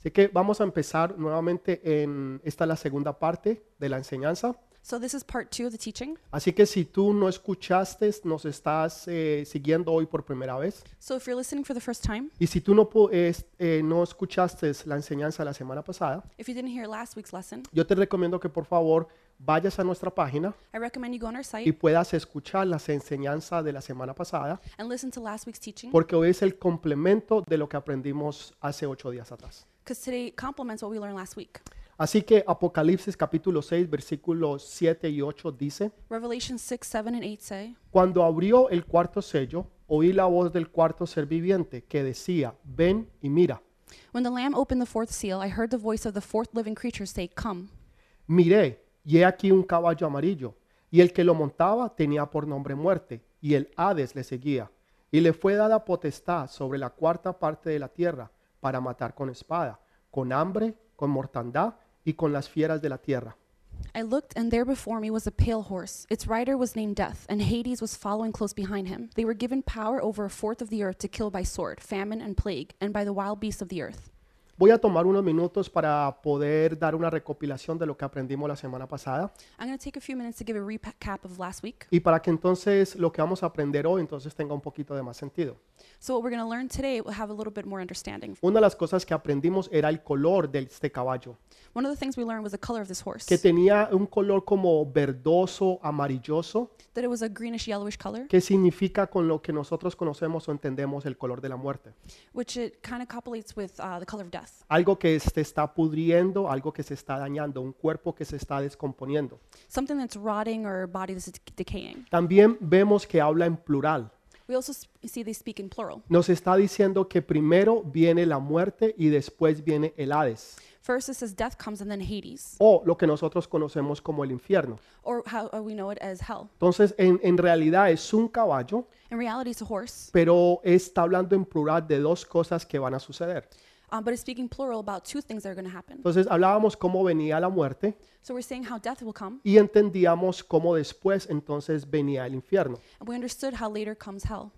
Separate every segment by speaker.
Speaker 1: Así que vamos a empezar nuevamente en esta es la segunda parte de la enseñanza.
Speaker 2: So this is part two of the teaching.
Speaker 1: Así que si tú no escuchaste, nos estás eh, siguiendo hoy por primera vez.
Speaker 2: So if you're listening for the first time,
Speaker 1: Y si tú no, pu- es- eh, no escuchaste la enseñanza de la semana pasada,
Speaker 2: if you didn't hear last week's lesson,
Speaker 1: yo te recomiendo que por favor vayas a nuestra página
Speaker 2: I recommend you go on our site
Speaker 1: y puedas escuchar las enseñanzas de la semana pasada,
Speaker 2: and listen to last week's teaching
Speaker 1: porque hoy es el complemento de lo que aprendimos hace ocho días atrás.
Speaker 2: because today complements what we learned last week.
Speaker 1: Así que Apocalipsis capítulo 6, versículos 7 y 8 dice,
Speaker 2: Revelation 6, 7, and 8 say,
Speaker 1: Cuando abrió el cuarto sello, oí la voz del cuarto ser viviente que decía, ven y mira.
Speaker 2: When the Lamb opened the fourth seal, I heard the voice of the fourth living creature say, Come.
Speaker 1: Miré, y he aquí un caballo amarillo, y el que lo montaba tenía por nombre muerte, y el Hades le seguía, y le fue dada potestad sobre la cuarta parte de la tierra, para matar con espada, con hambre, con mortandad y con las fieras de la tierra.
Speaker 2: I looked, and there before me was a pale horse. Its rider was named Death, and Hades was following close behind him. They were given power over a fourth of the earth to kill by sword, famine, and plague, and by the wild beasts of the earth.
Speaker 1: Voy a tomar unos minutos para poder dar una recopilación de lo que aprendimos la semana pasada
Speaker 2: I'm going to take a few minutes to give a recap of last week.
Speaker 1: y para que entonces lo que vamos a aprender hoy entonces tenga un poquito de más sentido.
Speaker 2: So, what we're going to learn today will have a little bit more understanding.
Speaker 1: Una de las cosas que aprendimos era el color de este caballo.
Speaker 2: One of the things we learned was the color of this horse,
Speaker 1: que tenía un color como verdoso, amarilloso,
Speaker 2: that it was a greenish yellowish color,
Speaker 1: que significa con lo que nosotros conocemos o entendemos el color de la muerte.
Speaker 2: which it kind of copulates with uh, the color of death.
Speaker 1: Algo que se está pudriendo, algo que se está dañando, un cuerpo que se está descomponiendo.
Speaker 2: Something that's rotting or a body that's de- decaying.
Speaker 1: También vemos que habla en plural.
Speaker 2: We also sp- see they speak in plural.
Speaker 1: Nos está diciendo que primero viene la muerte y después viene el Hades,
Speaker 2: First, it says death comes, and then Hades,
Speaker 1: o lo que nosotros conocemos como el infierno.
Speaker 2: or how uh, we know it as hell.
Speaker 1: Entonces, en, en realidad es un caballo,
Speaker 2: In reality, it's a horse,
Speaker 1: pero está hablando en plural de dos cosas que van a suceder.
Speaker 2: um, but it's speaking plural about two things that are going to happen.
Speaker 1: Entonces hablábamos cómo venía la muerte
Speaker 2: So we're saying how death will come,
Speaker 1: y entendíamos cómo después entonces venía el infierno.
Speaker 2: and we understood how later comes hell.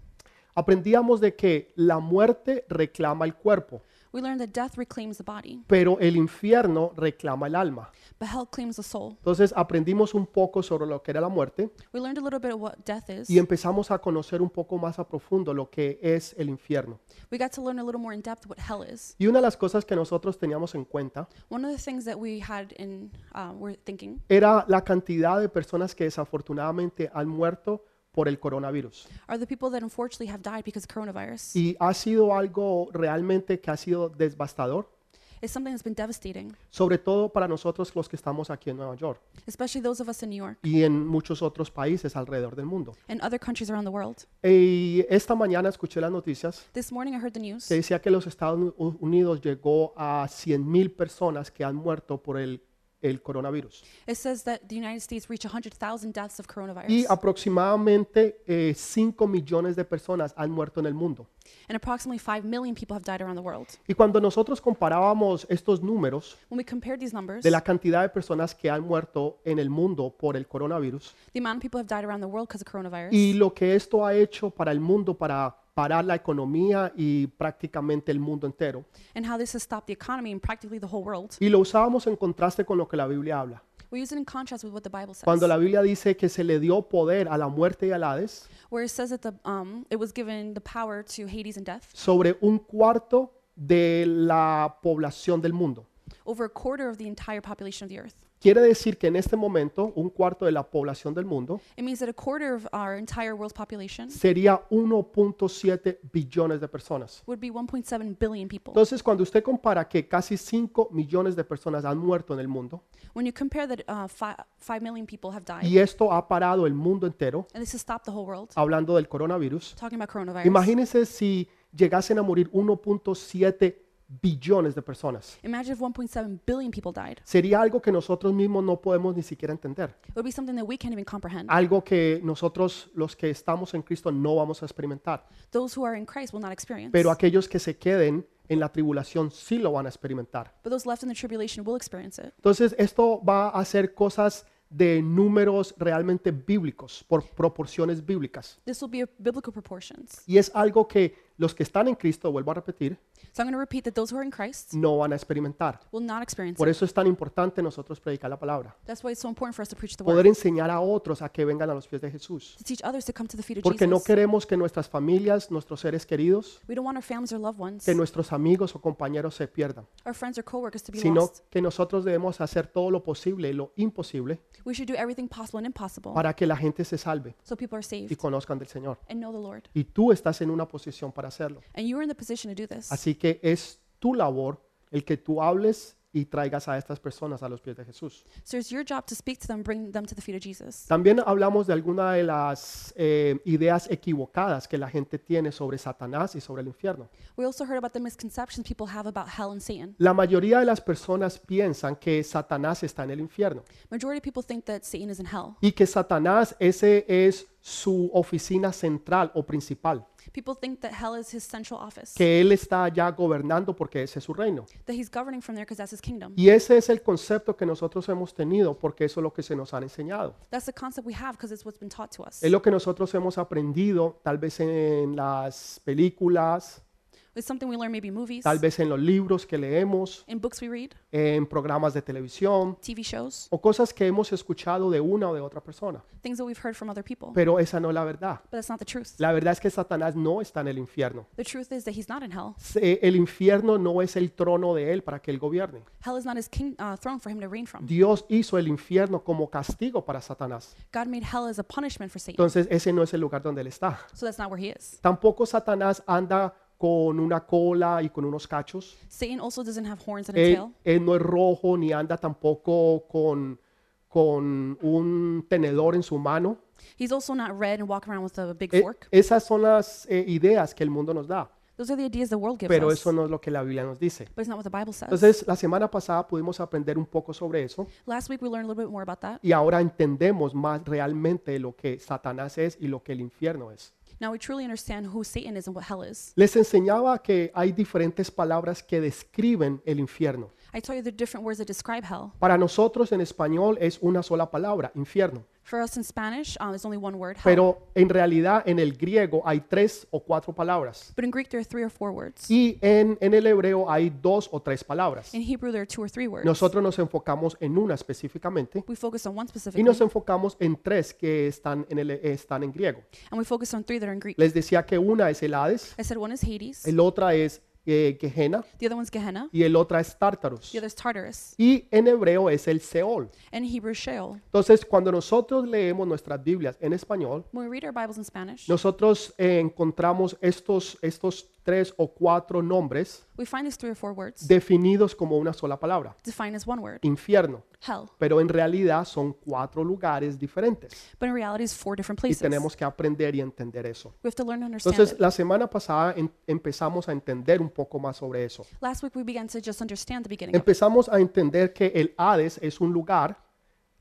Speaker 1: Aprendíamos de que la muerte reclama el cuerpo,
Speaker 2: We learned that death reclaims the body,
Speaker 1: pero el infierno reclama el alma.
Speaker 2: but hell claims the soul.
Speaker 1: Entonces aprendimos un poco sobre lo que era la muerte
Speaker 2: We learned a little bit of what death is.
Speaker 1: y empezamos a conocer un poco más a profundo lo que es el infierno.
Speaker 2: We got to learn a little more in depth what hell is.
Speaker 1: Y una de las cosas que nosotros teníamos en cuenta
Speaker 2: One of the things that we had in uh, were thinking
Speaker 1: era la cantidad de personas que desafortunadamente han muerto por el coronavirus.
Speaker 2: are the people that unfortunately have died because of coronavirus.
Speaker 1: Y ha sido algo realmente que ha sido devastador
Speaker 2: It's something that's been devastating,
Speaker 1: sobre todo para nosotros los que estamos aquí en Nueva York
Speaker 2: especially those of us in New York
Speaker 1: y en muchos otros países alrededor del mundo.
Speaker 2: and other countries around the world.
Speaker 1: Y esta mañana escuché las noticias
Speaker 2: This morning I heard the news
Speaker 1: que decía que los Estados Uni- Unidos llegó a 100.000 personas que han muerto por el, el coronavirus
Speaker 2: It says that the United States reached 100,000 deaths of coronavirus,
Speaker 1: y aproximadamente eh, 5 millones de personas han muerto en el mundo.
Speaker 2: and approximately 5 million people have died around the world.
Speaker 1: Y cuando nosotros comparábamos estos números
Speaker 2: When we compared these numbers,
Speaker 1: de la cantidad de personas que han muerto en el mundo por el coronavirus
Speaker 2: the amount of people who have died around the world because of coronavirus,
Speaker 1: y lo que esto ha hecho para el mundo, para parar la economía y prácticamente el mundo entero.
Speaker 2: and how this has stopped the economy and practically the whole world.
Speaker 1: Y lo usábamos en contraste con lo que la Biblia habla.
Speaker 2: We use it in contrast with what the Bible says,
Speaker 1: Cuando la Biblia dice que se le dio poder a la muerte y al Hades
Speaker 2: where it says that the, um, it was given the power to Hades and death
Speaker 1: sobre un cuarto de la población del mundo.
Speaker 2: over a quarter of the entire population of the earth.
Speaker 1: Quiere decir que en este momento un cuarto de la población del mundo
Speaker 2: It means that a quarter of our entire world's population
Speaker 1: sería 1.7 billones de personas.
Speaker 2: would be 1.7 billion people.
Speaker 1: Entonces, cuando usted compara que casi 5 millones de personas han muerto en el mundo
Speaker 2: When you compare that uh, fi- 5 million people have died,
Speaker 1: y esto ha parado el mundo entero,
Speaker 2: and this has stopped the whole world,
Speaker 1: hablando del coronavirus,
Speaker 2: talking about coronavirus.
Speaker 1: Imagínense si llegasen a morir 1.7 billones de personas.
Speaker 2: Imagine if 1.7 billion people died.
Speaker 1: Sería algo que nosotros mismos no podemos ni siquiera entender.
Speaker 2: It would be something that we can't even comprehend.
Speaker 1: Algo que nosotros los que estamos en Cristo no vamos a experimentar.
Speaker 2: Those who are in Christ will not experience.
Speaker 1: Pero aquellos que se queden en la tribulación sí lo van a experimentar.
Speaker 2: but those left in the tribulation will experience it.
Speaker 1: Entonces esto va a ser cosas de números realmente bíblicos, por proporciones bíblicas.
Speaker 2: This will be of biblical proportions.
Speaker 1: Y es algo que los que están en Cristo, vuelvo a repetir,
Speaker 2: So I'm going to repeat that those who are in Christ
Speaker 1: no van a experimentar.
Speaker 2: will not experience
Speaker 1: Mm. Por
Speaker 2: it.
Speaker 1: eso es tan importante nosotros predicar la palabra.
Speaker 2: That's why it's so important for us to preach the
Speaker 1: Poder
Speaker 2: word,
Speaker 1: enseñar a otros a que vengan a los pies de Jesús.
Speaker 2: to teach others to come to the feet of
Speaker 1: Porque no
Speaker 2: Jesus.
Speaker 1: queremos que nuestras familias, nuestros seres queridos,
Speaker 2: We don't want our families or loved ones,
Speaker 1: que nuestros amigos o compañeros se pierdan,
Speaker 2: our friends or coworkers to be
Speaker 1: sino
Speaker 2: lost.
Speaker 1: que nosotros debemos hacer todo lo posible y lo imposible
Speaker 2: We should do everything possible and impossible
Speaker 1: para que la gente se salve
Speaker 2: so people are saved
Speaker 1: y conozcan del Señor.
Speaker 2: and know the Lord.
Speaker 1: Y tú estás en una posición para hacerlo.
Speaker 2: And you are in the position to do this.
Speaker 1: Así que es tu labor el que tú hables y traigas a estas personas a los pies de Jesús.
Speaker 2: So it's your job to speak to them, bring them to the feet of Jesus.
Speaker 1: También hablamos de alguna de las eh, ideas equivocadas que la gente tiene sobre Satanás y sobre el infierno.
Speaker 2: We also heard about the misconceptions people have about hell and Satan.
Speaker 1: La mayoría de las personas piensan que Satanás está en el infierno
Speaker 2: Majority of people think that Satan is in hell.
Speaker 1: y que Satanás ese es su oficina central o principal,
Speaker 2: People think that hell is his central office,
Speaker 1: que él está allá gobernando porque ese es su reino.
Speaker 2: that he's governing from there because that's his kingdom.
Speaker 1: Y ese es el concepto que nosotros hemos tenido porque eso es lo que se nos han enseñado.
Speaker 2: That's the concept we have because it's what's been taught to us.
Speaker 1: Es lo que nosotros hemos aprendido tal vez en las películas,
Speaker 2: It's something we learn maybe in movies,
Speaker 1: tal vez en los libros que leemos,
Speaker 2: in books we read,
Speaker 1: en programas de televisión
Speaker 2: TV shows,
Speaker 1: o cosas que hemos escuchado de una o de otra persona.
Speaker 2: things that we've heard from other people. But
Speaker 1: Pero esa no es la verdad.
Speaker 2: that's not the truth.
Speaker 1: La verdad es que Satanás no está en el infierno.
Speaker 2: The truth is that he's not in hell.
Speaker 1: Se- El infierno no es el trono de él para que él gobierne.
Speaker 2: Hell is not his king, uh, throne for him to reign from.
Speaker 1: Dios hizo el infierno como castigo para Satanás.
Speaker 2: God made hell as a punishment for Satan.
Speaker 1: Entonces ese no es el lugar donde él está.
Speaker 2: So that's not where he is.
Speaker 1: Tampoco Satanás anda con una cola y con unos cachos.
Speaker 2: Satan also doesn't have horns and a
Speaker 1: Él,
Speaker 2: tail.
Speaker 1: él eh, no es rojo ni anda tampoco con, con un tenedor en su mano.
Speaker 2: He's also not red and walk around with a big
Speaker 1: E-
Speaker 2: fork.
Speaker 1: esas son las eh, ideas que el mundo nos da,
Speaker 2: Those are the ideas the world gives
Speaker 1: pero
Speaker 2: us.
Speaker 1: eso no es lo que la Biblia nos dice.
Speaker 2: But it's not what the Bible says.
Speaker 1: Entonces, la semana pasada pudimos aprender un poco sobre eso
Speaker 2: Last week we learned a little bit more about that.
Speaker 1: y ahora entendemos más realmente lo que Satanás es y lo que el infierno es.
Speaker 2: Now we truly understand who Satan is and what hell is.
Speaker 1: Les enseñaba que hay diferentes palabras que describen el infierno.
Speaker 2: I tell you the different words that describe hell.
Speaker 1: Para nosotros en español es una sola palabra, infierno,
Speaker 2: For us in Spanish, um, it's only one word, hell.
Speaker 1: pero en realidad en el griego hay tres o cuatro palabras
Speaker 2: but in Greek, there are three or four words.
Speaker 1: y en, en el hebreo hay dos o tres palabras.
Speaker 2: In Hebrew, there are two or three words.
Speaker 1: Nosotros nos enfocamos en una específicamente
Speaker 2: we focus on one specifically,
Speaker 1: y nos enfocamos en tres que están en, el, están en griego.
Speaker 2: and we focus on three that are in Greek.
Speaker 1: Les decía que una es el Hades,
Speaker 2: I said one is Hades,
Speaker 1: el otra es eh, Gehenna
Speaker 2: the other one's Gehenna,
Speaker 1: y el otra es Tártaros.
Speaker 2: the other is Tartarus,
Speaker 1: Y en hebreo es el Seol.
Speaker 2: and in Hebrew, Sheol.
Speaker 1: Entonces, cuando nosotros leemos nuestras Biblias en español,
Speaker 2: When we read our Bibles in Spanish,
Speaker 1: nosotros eh, encontramos estos, estos tres o cuatro nombres
Speaker 2: we find these three or four words
Speaker 1: definidos como una sola palabra,
Speaker 2: defined as one word,
Speaker 1: infierno,
Speaker 2: hell.
Speaker 1: pero en realidad son cuatro lugares diferentes
Speaker 2: But in reality, it's four different
Speaker 1: y
Speaker 2: places.
Speaker 1: tenemos que aprender y entender eso.
Speaker 2: we have to learn to understand
Speaker 1: Entonces,
Speaker 2: it.
Speaker 1: la semana pasada en- empezamos a entender un poco más sobre eso.
Speaker 2: Last week, we began to just understand the beginning. of it.
Speaker 1: Empezamos a entender que el Hades es un lugar,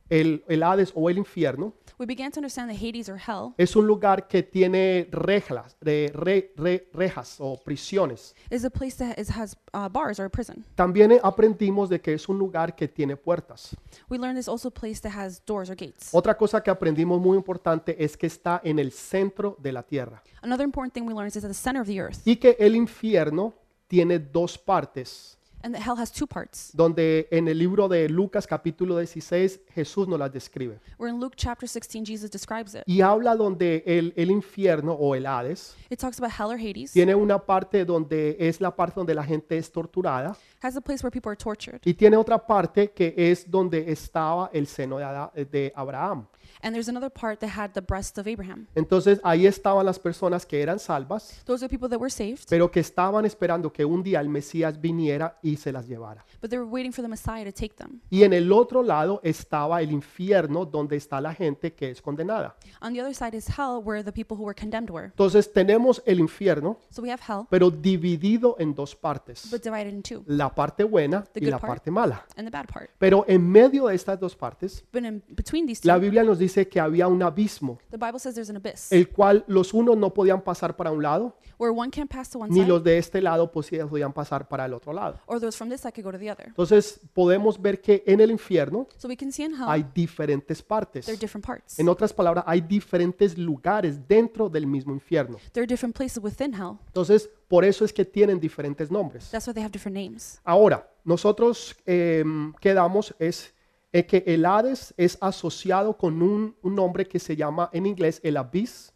Speaker 1: el, el Hades o el infierno,
Speaker 2: We began to understand that Hades or hell
Speaker 1: es un lugar que tiene reglas, de re- re- rejas o prisiones.
Speaker 2: is a place that is, has uh, bars or a prison.
Speaker 1: También eh, aprendimos de que es un lugar que tiene puertas.
Speaker 2: We learned there's also a place that has doors or gates.
Speaker 1: Otra cosa que aprendimos muy importante es que está en el centro de la tierra
Speaker 2: Another important thing we learned is it's at the center of the earth,
Speaker 1: y que el infierno tiene dos partes,
Speaker 2: and that hell has two parts.
Speaker 1: donde en el libro de Lucas capítulo 16 Jesús nos las describe.
Speaker 2: Where in Luke chapter 16, Jesus describes it.
Speaker 1: Y habla donde el, el infierno o el Hades
Speaker 2: It talks about hell or Hades,
Speaker 1: tiene una parte donde es la parte donde la gente es torturada
Speaker 2: has a place where people are tortured,
Speaker 1: y tiene otra parte que es donde estaba el seno de, Ada- de Abraham.
Speaker 2: and there's another part that had the breast of Abraham.
Speaker 1: Entonces ahí estaban las personas que eran salvas,
Speaker 2: Those are people that were saved,
Speaker 1: pero que estaban esperando que un día el Mesías viniera y se las llevara.
Speaker 2: but they were waiting for the Messiah to take them.
Speaker 1: Y en el otro lado estaba el infierno donde está la gente que es condenada.
Speaker 2: On the other side is hell, where the people who were condemned were.
Speaker 1: Entonces tenemos el infierno,
Speaker 2: So we have hell,
Speaker 1: pero dividido en dos partes,
Speaker 2: but divided in two,
Speaker 1: la parte buena
Speaker 2: The
Speaker 1: y
Speaker 2: good
Speaker 1: la
Speaker 2: part.
Speaker 1: parte mala.
Speaker 2: and the bad part.
Speaker 1: Pero en medio de estas dos partes,
Speaker 2: But in between these two,
Speaker 1: la Biblia Eh, nos nos dice que había un abismo,
Speaker 2: The Bible says there's an abyss
Speaker 1: el cual los unos no podían pasar para un lado,
Speaker 2: where one can't pass to one
Speaker 1: ni
Speaker 2: side,
Speaker 1: los de este lado posi- podían pasar para el otro lado.
Speaker 2: or those from this side could go to the other.
Speaker 1: Entonces podemos ver que en el infierno
Speaker 2: So we can see in hell
Speaker 1: hay diferentes partes.
Speaker 2: there are Ah. different parts.
Speaker 1: En otras palabras, hay diferentes lugares dentro del mismo infierno.
Speaker 2: There are different places within hell.
Speaker 1: Entonces, por eso es que tienen diferentes nombres.
Speaker 2: That's why they have different names.
Speaker 1: Ahora, nosotros eh, quedamos es eh, que el Hades es asociado con un, un nombre que se llama en inglés el abyss,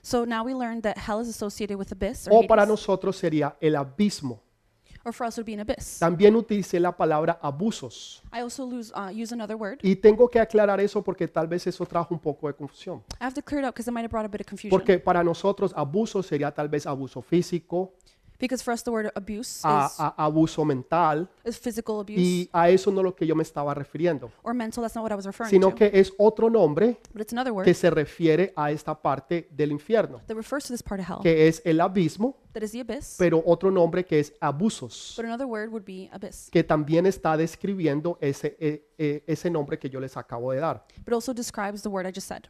Speaker 2: So now we learned that hell is associated with abyss, or,
Speaker 1: o Oh, para
Speaker 2: Hades,
Speaker 1: nosotros sería el abismo.
Speaker 2: or for us it would be an abyss.
Speaker 1: También utilicé la palabra abusos.
Speaker 2: I also lose, uh, use another word.
Speaker 1: Y tengo que aclarar eso porque tal vez eso trajo un poco de confusión.
Speaker 2: I have to clear it up because it might have brought a bit of confusion.
Speaker 1: Porque para nosotros abuso sería tal vez abuso físico,
Speaker 2: Because for us the word abuse
Speaker 1: a-
Speaker 2: is,
Speaker 1: a- abuso mental,
Speaker 2: is physical abuse
Speaker 1: Ah, y a eso no es lo que yo me estaba refiriendo,
Speaker 2: or mental. That's not what I was referring
Speaker 1: sino
Speaker 2: to.
Speaker 1: que es otro nombre
Speaker 2: but it's another word
Speaker 1: que se refiere a esta parte del infierno,
Speaker 2: that refers to this part of hell.
Speaker 1: que es el abismo,
Speaker 2: That is the abyss.
Speaker 1: pero otro nombre que es abusos,
Speaker 2: but another word would be abyss.
Speaker 1: que también está describiendo ese, eh, eh, ese nombre que yo les acabo de dar.
Speaker 2: But also describes the word I just said.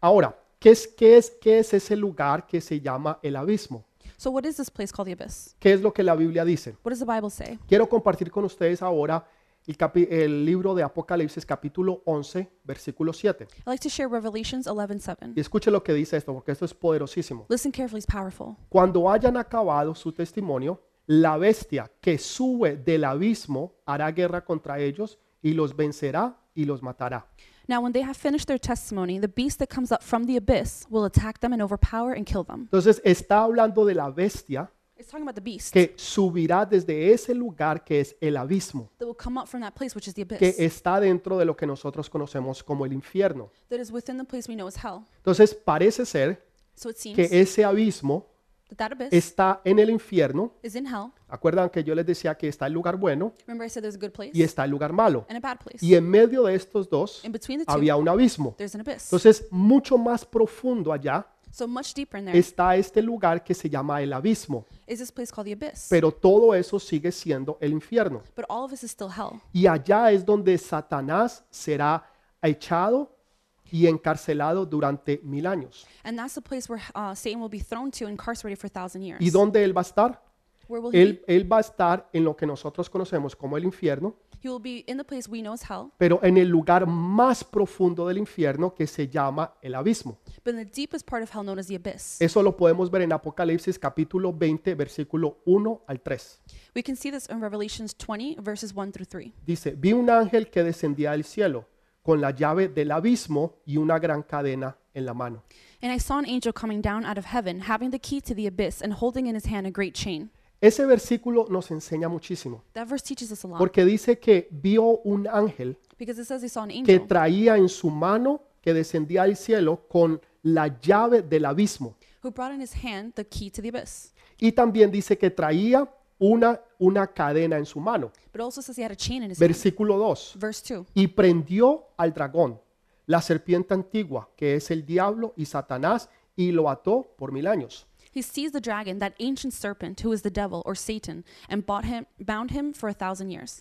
Speaker 1: Ahora, ¿qué es, qué es, qué es ese lugar que se llama el abismo?
Speaker 2: So what is this place called the abyss?
Speaker 1: ¿Qué es lo que la Biblia dice?
Speaker 2: What does the Bible say?
Speaker 1: Quiero compartir con ustedes ahora el, capi- el libro de Apocalipsis capítulo 11, versículo 7.
Speaker 2: I like to share Revelations 11:7.
Speaker 1: Y escuche lo que dice esto, porque esto es poderosísimo.
Speaker 2: Listen carefully, it's powerful.
Speaker 1: Cuando hayan acabado su testimonio, la bestia que sube del abismo hará guerra contra ellos y los vencerá y los matará.
Speaker 2: Now, when they have finished their testimony, the beast that comes up from the abyss will attack them and overpower and kill them.
Speaker 1: Entonces está hablando de la bestia
Speaker 2: It's talking about the beast
Speaker 1: que subirá desde ese lugar que es el abismo,
Speaker 2: that will come up from that place, which is the
Speaker 1: que
Speaker 2: abyss,
Speaker 1: está dentro de lo que nosotros conocemos como el infierno.
Speaker 2: that is within the place we know as hell.
Speaker 1: Entonces parece ser
Speaker 2: So it seems
Speaker 1: que ese abismo
Speaker 2: that that abyss
Speaker 1: está en el infierno.
Speaker 2: is in hell.
Speaker 1: Acuerdan que yo les decía que está el lugar bueno
Speaker 2: Remember, I said there's a good place
Speaker 1: y está el lugar malo.
Speaker 2: and a bad place.
Speaker 1: Y en medio de estos dos
Speaker 2: In between the two,
Speaker 1: había un abismo.
Speaker 2: there's an abyss.
Speaker 1: Entonces, mucho más profundo allá
Speaker 2: so much deeper in there is,
Speaker 1: está este lugar que se llama el abismo,
Speaker 2: this place called the abyss.
Speaker 1: pero todo eso sigue siendo el infierno.
Speaker 2: but all of this is still hell.
Speaker 1: Y allá es donde Satanás será echado y encarcelado durante mil años.
Speaker 2: And that's the place where uh, Satan will be thrown to, incarcerated for a thousand years.
Speaker 1: ¿Y dónde él va a estar?
Speaker 2: where will he
Speaker 1: Él, él va a estar en lo que nosotros conocemos como el infierno,
Speaker 2: be? He will be in the place we know as hell,
Speaker 1: pero en el lugar más profundo del infierno que se llama el abismo.
Speaker 2: but in the deepest part of hell known as the abyss.
Speaker 1: Eso lo podemos ver en Apocalipsis capítulo 20, versículo 1 al 3.
Speaker 2: We can see this in Revelations 20, verses 1 through 3.
Speaker 1: Dice, vi un ángel que descendía del cielo con la llave del abismo y una gran cadena en la mano.
Speaker 2: And I saw an angel coming down out of heaven, having the key to the abyss, and holding in his hand a great chain.
Speaker 1: Ese versículo nos enseña muchísimo,
Speaker 2: That verse teaches us a lot
Speaker 1: porque dice que vio un ángel
Speaker 2: because it says he saw an
Speaker 1: que
Speaker 2: angel
Speaker 1: traía en su mano, que descendía del cielo con la llave del abismo.
Speaker 2: who brought in his hand the key to the abyss.
Speaker 1: Y también dice que traía una, una cadena en su mano.
Speaker 2: But it also says he had a chain in his hand.
Speaker 1: Versículo 2.
Speaker 2: Verse 2.
Speaker 1: Y prendió al dragón, la serpiente antigua, que es el diablo y Satanás, y lo ató por mil años.
Speaker 2: He seized the dragon, that ancient serpent who is the devil or Satan, and bought him, bound him for a thousand years.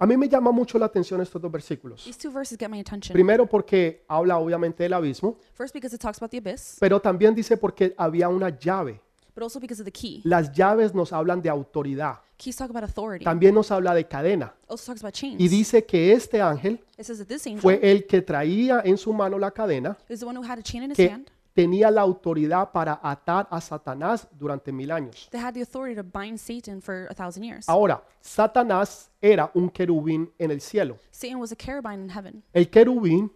Speaker 1: A mí me llama mucho la atención estos dos versículos.
Speaker 2: These two verses get my attention.
Speaker 1: Primero porque habla obviamente del abismo,
Speaker 2: First, because it talks about the abyss,
Speaker 1: pero también dice porque había una llave.
Speaker 2: but also because of the key.
Speaker 1: Las llaves nos hablan de autoridad,
Speaker 2: Keys talk about authority.
Speaker 1: también nos habla de cadena.
Speaker 2: also talks about
Speaker 1: Y
Speaker 2: chains.
Speaker 1: dice que este ángel
Speaker 2: It says that this angel
Speaker 1: fue el que traía en su mano la cadena
Speaker 2: is the one who had a chain in his
Speaker 1: que
Speaker 2: hand.
Speaker 1: tenía la autoridad para atar a Satanás durante mil años.
Speaker 2: They had the authority to bind Satan for a thousand years.
Speaker 1: Ahora, Satanás era un querubín en el cielo.
Speaker 2: Satan was a carabine in heaven,
Speaker 1: El querubín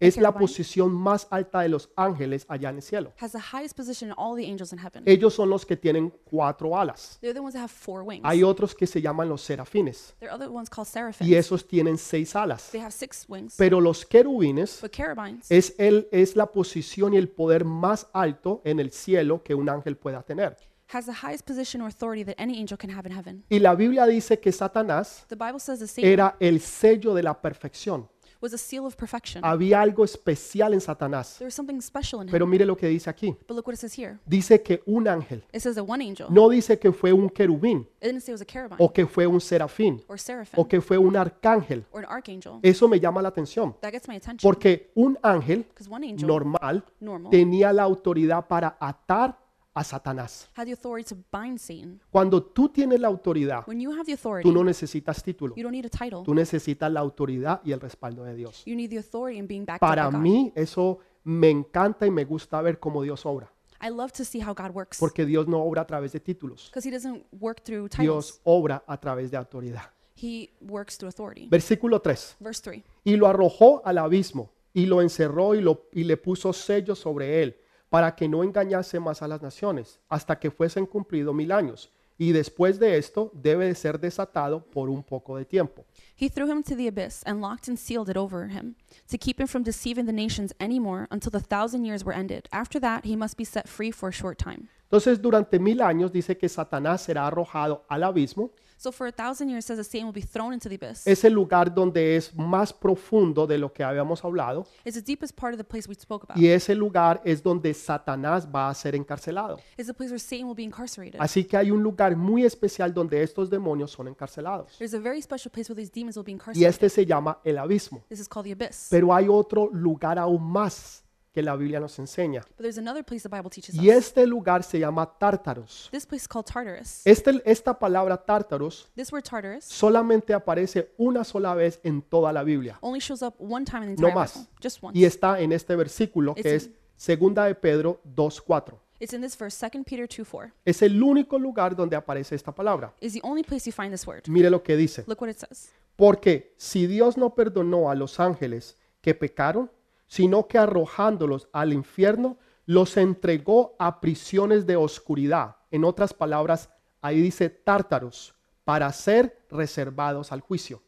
Speaker 1: es la
Speaker 2: querubín?
Speaker 1: posición más alta de los ángeles allá en el cielo.
Speaker 2: has the highest position in all the angels in heaven.
Speaker 1: Ellos son los que tienen cuatro alas.
Speaker 2: They're the ones that have four wings.
Speaker 1: Hay otros que se llaman los serafines
Speaker 2: There are other ones called
Speaker 1: y
Speaker 2: seraphim.
Speaker 1: esos tienen seis alas.
Speaker 2: They have six wings.
Speaker 1: Pero los querubines
Speaker 2: But carabines
Speaker 1: es, el, es la posición y el poder más alto en el cielo que un ángel pueda tener.
Speaker 2: has the highest position or authority that any angel can have in heaven.
Speaker 1: Y la Biblia dice que Satanás
Speaker 2: The Bible says that Satan
Speaker 1: era el sello de la perfección.
Speaker 2: was a seal of perfection.
Speaker 1: Había algo especial en Satanás.
Speaker 2: There was something special in him.
Speaker 1: Pero mire lo que dice aquí.
Speaker 2: But look what it says here.
Speaker 1: Dice que un ángel.
Speaker 2: It says that one angel.
Speaker 1: No dice que fue un querubín
Speaker 2: It didn't say it was a cherubim
Speaker 1: o que fue un serafín
Speaker 2: or
Speaker 1: o
Speaker 2: seraphim
Speaker 1: que fue un arcángel.
Speaker 2: or an archangel.
Speaker 1: Eso me llama la atención.
Speaker 2: That gets my attention.
Speaker 1: Porque un ángel
Speaker 2: Because one angel,
Speaker 1: normal
Speaker 2: normal,
Speaker 1: tenía la autoridad para atar a Satanás.
Speaker 2: had the authority to bind Satan.
Speaker 1: Cuando tú tienes la autoridad,
Speaker 2: When you have the
Speaker 1: tú
Speaker 2: authority,
Speaker 1: no necesitas título.
Speaker 2: you don't need a title.
Speaker 1: Tú necesitas la autoridad y el respaldo de Dios.
Speaker 2: You need the authority and being backed up by
Speaker 1: Para
Speaker 2: God.
Speaker 1: mí eso me encanta y me gusta ver cómo Dios obra.
Speaker 2: I love to see how God works.
Speaker 1: Porque Dios no obra a través de títulos.
Speaker 2: Because he doesn't work through titles.
Speaker 1: Dios obra a través de autoridad.
Speaker 2: He works through authority.
Speaker 1: Versículo 3.
Speaker 2: Verse 3.
Speaker 1: y lo arrojó al abismo y lo encerró y, lo- y le puso sello sobre él para que no engañase más a las naciones hasta que fuesen cumplidos mil años y después de esto debe de ser desatado por un poco de tiempo.
Speaker 2: He threw him to the abyss and locked and sealed it over him to keep him from deceiving the nations any more until the thousand years were ended. After that, he must be set free for a short time.
Speaker 1: Entonces durante mil años dice que Satanás será arrojado al abismo,
Speaker 2: So for a thousand years, says that Satan will be thrown into the abyss.
Speaker 1: es el lugar donde es más profundo de lo que habíamos hablado
Speaker 2: It's the deepest part of the place we spoke about.
Speaker 1: y ese lugar es donde Satanás va a ser encarcelado.
Speaker 2: It's the place where Satan will be incarcerated.
Speaker 1: Así que hay un lugar muy especial donde estos demonios son encarcelados
Speaker 2: There's a very special place where these demons will be
Speaker 1: y
Speaker 2: incarcerated.
Speaker 1: este se llama el abismo.
Speaker 2: This is called the abyss.
Speaker 1: Pero hay otro lugar aún más que la Biblia nos enseña.
Speaker 2: But there's another place the Bible teaches
Speaker 1: Y
Speaker 2: us.
Speaker 1: este lugar se llama Tártaros.
Speaker 2: This place is called Tartarus.
Speaker 1: Este- esta palabra Tártaros
Speaker 2: This word Tartarus
Speaker 1: solamente aparece una sola vez en toda la Biblia.
Speaker 2: only shows up one time in the
Speaker 1: No
Speaker 2: entire
Speaker 1: más.
Speaker 2: Bible. Just once.
Speaker 1: Y está en este versículo que es segunda de Pedro 2.4.
Speaker 2: It's in this verse, 2 Peter 2 4.
Speaker 1: Es el único lugar donde aparece esta palabra.
Speaker 2: Is the only place you find this word.
Speaker 1: Mire lo que dice.
Speaker 2: Look what it says.
Speaker 1: Porque si Dios no perdonó a los ángeles que pecaron, sino que arrojándolos al infierno, los entregó a prisiones de oscuridad. En otras palabras, ahí dice tártaros, para ser reservados al juicio.